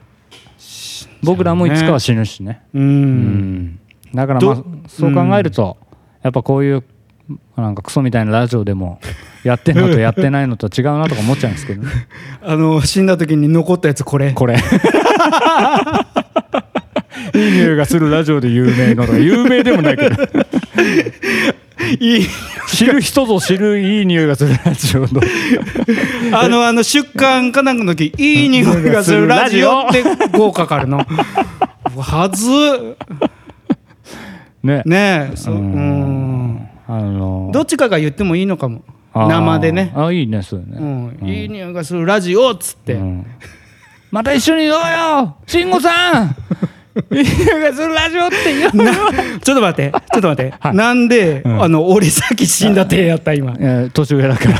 Speaker 2: 僕らもいつかは死ぬしね
Speaker 1: う、
Speaker 2: うんんだからまあ
Speaker 1: ど
Speaker 2: そう考えると、やっぱこういうなんかクソみたいなラジオでもやってんのとやってないのと違うなとか思っちゃうんですけどね
Speaker 1: あの死んだ時に残ったやつこれ
Speaker 2: これ。いい匂いがするラジオで有名のとか有名でもないけど
Speaker 1: いい
Speaker 2: 知る人ぞ知るいい匂いがするラジオの
Speaker 1: あの、あの、出荷かなんかの時、いい匂いがするラジオって、豪華かかるの。はず、
Speaker 2: ね
Speaker 1: ねえ、そう、
Speaker 2: う
Speaker 1: うんん。
Speaker 2: あの
Speaker 1: どっちかが言ってもいいのかも。
Speaker 2: あー
Speaker 1: 生でね。
Speaker 2: あいいねそうだ
Speaker 1: う
Speaker 2: ね、
Speaker 1: ん、いい匂いがするラジオっつって。
Speaker 2: うんまた一緒にどうよ慎吾さんやそのラジオって言う
Speaker 1: なちょっと待って、ちょっと待って、
Speaker 2: はい
Speaker 1: なんで、
Speaker 2: うん
Speaker 1: あの俺さっき死んだってやった今。
Speaker 2: えー年上 だから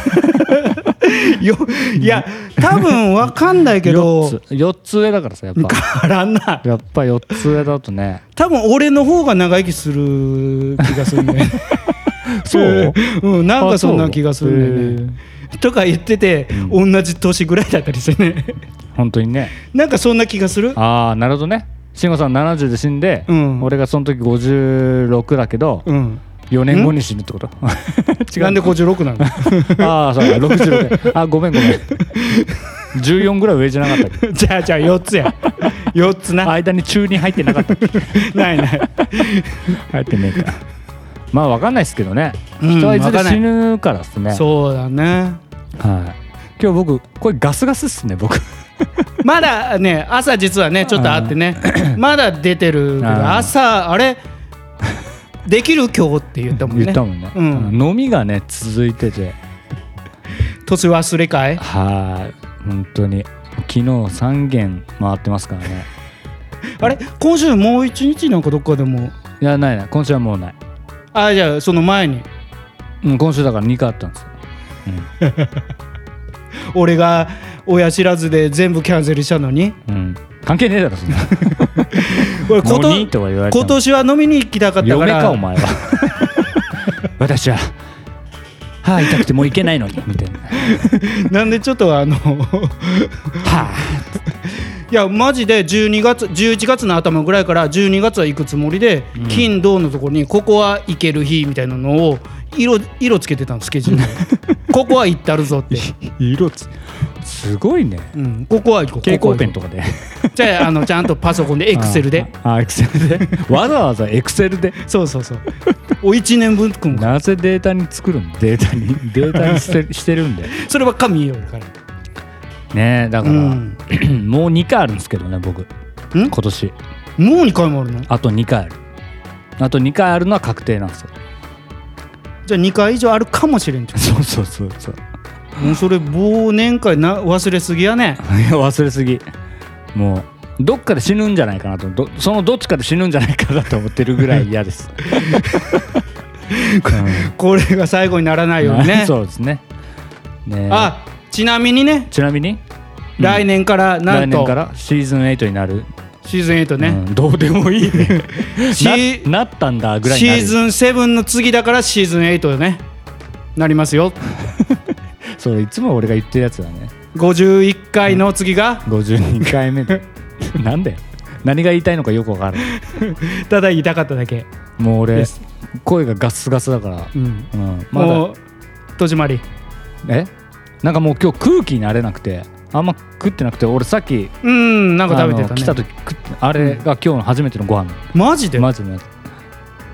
Speaker 1: よいや多分わかんないけど
Speaker 2: 4つ四つ上だからさやっぱ
Speaker 1: 変わらんな
Speaker 2: やっぱ4つ上だとね
Speaker 1: 多分俺の方が長生きする気がするね
Speaker 2: そう
Speaker 1: うんなんかそんな気がするんだよね
Speaker 2: ね
Speaker 1: とか言ってて、同じ年ぐらいだったりして ね
Speaker 2: 本当にね
Speaker 1: なんかそんな気がする
Speaker 2: ああなるほどね慎吾さん70で死んで、
Speaker 1: うん
Speaker 2: 俺がその時56だけど、
Speaker 1: うん
Speaker 2: 4年後に死ぬ ってこと違
Speaker 1: なん
Speaker 2: う
Speaker 1: で56なの
Speaker 2: ああそうだ66あごめんごめん14ぐらい上じゃなかったっけ
Speaker 1: じゃあじゃあ4つや4つな
Speaker 2: 間に中に入ってなかったっ け
Speaker 1: ないない
Speaker 2: 入ってねえかまあわかんないですけどね、
Speaker 1: うん
Speaker 2: 人はいず
Speaker 1: わかん
Speaker 2: れ
Speaker 1: ない
Speaker 2: 死ぬからっすね
Speaker 1: そうだね
Speaker 2: はい今日僕これガスガスっすね僕
Speaker 1: まだね朝実はねちょっとあってね まだ出てるけど
Speaker 2: あー
Speaker 1: 朝あ れできる今日って言ったもんね
Speaker 2: 言ったもんね、
Speaker 1: うん
Speaker 2: 飲みがね続いてて
Speaker 1: 年忘れかい
Speaker 2: はい本当に昨日3軒回ってますからね
Speaker 1: あれ今週もう一日なんかどっかでも
Speaker 2: いやないない今週はもうない、
Speaker 1: あじゃあその前に
Speaker 2: うん、今週だから2回あったんですよ、
Speaker 1: 俺が親知らずで全部キャンセルしたのに
Speaker 2: うんうん、関係ねえだろそんな
Speaker 1: 俺こ
Speaker 2: ことととは言われても
Speaker 1: 今年は飲みに行きたかったか
Speaker 2: 嫁
Speaker 1: ら
Speaker 2: かお前 は私は歯痛くてもういけないのにみ たいな
Speaker 1: なんでちょっとあ の
Speaker 2: はい
Speaker 1: やマジで12月11月の頭ぐらいから12月は行くつもりで、金土のところにここは行ける日みたいなのを色色つけてたのスケジュール にここは行ったるぞって、
Speaker 2: あ色つすごいね
Speaker 1: うん、ここは行こう
Speaker 2: 蛍光ペン
Speaker 1: こと
Speaker 2: かで
Speaker 1: こは行こうじゃああのちゃんとパソコンでエクセルで
Speaker 2: あエクセルでわざわざエクセルで
Speaker 1: そうそうそう お1年分くん
Speaker 2: なぜデータに作るのデータにデータにしてしてるんで
Speaker 1: そればっか見ようから
Speaker 2: ねえだから、
Speaker 1: う
Speaker 2: もう2回あるんですけどね僕今年
Speaker 1: もう2回もあるの
Speaker 2: あと2回あるあと2回あるのは確定なんですよ
Speaker 1: じゃあ2回以上あるかもしれんじ
Speaker 2: そうそうそうそう
Speaker 1: ゃんもうそれ忘年会な忘れすぎやね
Speaker 2: いや 忘れすぎもうどっかで死ぬんじゃないかなとどそのどっちかで死ぬんじゃないかなと思ってるぐらい 嫌です、
Speaker 1: これが最後にならないようにね
Speaker 2: そうですねね
Speaker 1: あちなみにね
Speaker 2: ちなみに
Speaker 1: 来年からな
Speaker 2: 来
Speaker 1: んと
Speaker 2: 年からシーズン8になる、
Speaker 1: シーズン8
Speaker 2: う
Speaker 1: ね、
Speaker 2: んどうでもいいね
Speaker 1: シー
Speaker 2: ななったんだぐらいに
Speaker 1: シ
Speaker 2: なる
Speaker 1: ーズン7の次だからシーズン8ねなります よ
Speaker 2: それいつも俺が言ってるやつだね
Speaker 1: 51回の次が
Speaker 2: 52 回目でなんだよ何が言いたいのかよくわからない
Speaker 1: ただ言いたかっただけ、
Speaker 2: もう
Speaker 1: で
Speaker 2: 俺
Speaker 1: す
Speaker 2: 声がガスガスだから、
Speaker 1: うん、
Speaker 2: うん、まだ
Speaker 1: もう戸締まり
Speaker 2: えなんかもう今日空気になれなくてあんま食ってなくて俺さっき
Speaker 1: うんなんか食べて
Speaker 2: あ
Speaker 1: た
Speaker 2: の
Speaker 1: ね
Speaker 2: 来た時食ってあれが今日の初めてのご飯
Speaker 1: マジで、
Speaker 2: マジのやつ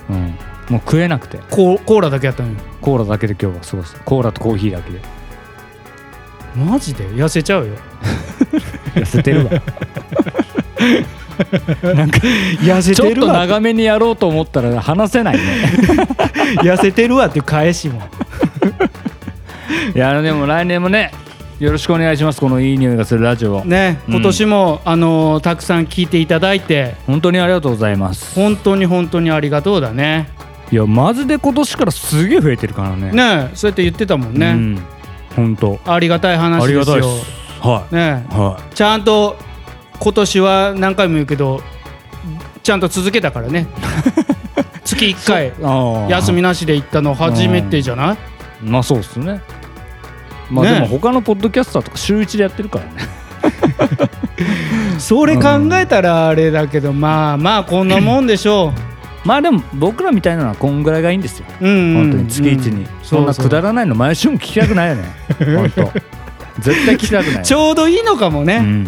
Speaker 2: うんもう食えなくて
Speaker 1: コーコーラだけやったのよ
Speaker 2: コーラだけで今日は過ごすコーラとコーヒーだけで
Speaker 1: マジで痩せちゃうよ
Speaker 2: 痩せてるわ なんか
Speaker 1: 痩せ
Speaker 2: ちょ
Speaker 1: て
Speaker 2: っ
Speaker 1: る
Speaker 2: と
Speaker 1: わ
Speaker 2: 長めにやろうと思ったら話せな いね
Speaker 1: 痩せてるわっていう返しも
Speaker 2: いやでも来年もねよろしくお願いしますこのいい匂いがするラジオを
Speaker 1: ね
Speaker 2: うん
Speaker 1: 今年も、あのーたくさん聞いていただいて
Speaker 2: 本当にありがとうございます
Speaker 1: 本当に本当にありがとうだね
Speaker 2: いやマジで今年からすげえ増えてるからね
Speaker 1: ねそうやって言ってたもんね、
Speaker 2: うん本当
Speaker 1: ありがたい話
Speaker 2: あり
Speaker 1: で
Speaker 2: が
Speaker 1: す
Speaker 2: たい
Speaker 1: よ
Speaker 2: ですはい
Speaker 1: ね
Speaker 2: は
Speaker 1: ちゃんと今年は何回も言うけどちゃんと続けたから ね月1回
Speaker 2: いああ
Speaker 1: 休みなしで行ったの初めてじゃない
Speaker 2: まあそうですね。まあ
Speaker 1: ね
Speaker 2: でも他のポッドキャスターとか週一でやってるからね。
Speaker 1: それ考えたらあれだけどまあまあこんなもんでしょ
Speaker 2: まあでも僕らみたいなのはこんぐらいがいいんですよ。
Speaker 1: う、うん
Speaker 2: 本当に月一に、そんなくだ
Speaker 1: ら
Speaker 2: らないの毎週も聞きた くないよね。本当。絶対聞きたくない。
Speaker 1: ちょうどいいのかも
Speaker 2: う
Speaker 1: ね、
Speaker 2: ん。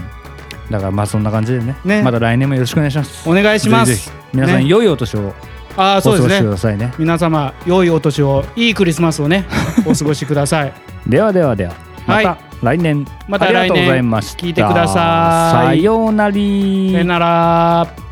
Speaker 2: だからまあそんな感じでね。
Speaker 1: ね
Speaker 2: また来年もよろしくお願いします。
Speaker 1: お願いします
Speaker 2: ぜひぜひ皆さん
Speaker 1: ね
Speaker 2: 良いお年を
Speaker 1: ああ
Speaker 2: お過
Speaker 1: そ
Speaker 2: ご
Speaker 1: う
Speaker 2: し
Speaker 1: で
Speaker 2: く
Speaker 1: すね
Speaker 2: ださいね。
Speaker 1: 皆様良いお年をいいクリスマスを ねお過ごしください
Speaker 2: ではではでは。ま
Speaker 1: はい
Speaker 2: た来年。
Speaker 1: また来年
Speaker 2: ありがとうございました。
Speaker 1: 聞いてください
Speaker 2: さようなら。
Speaker 1: さよなら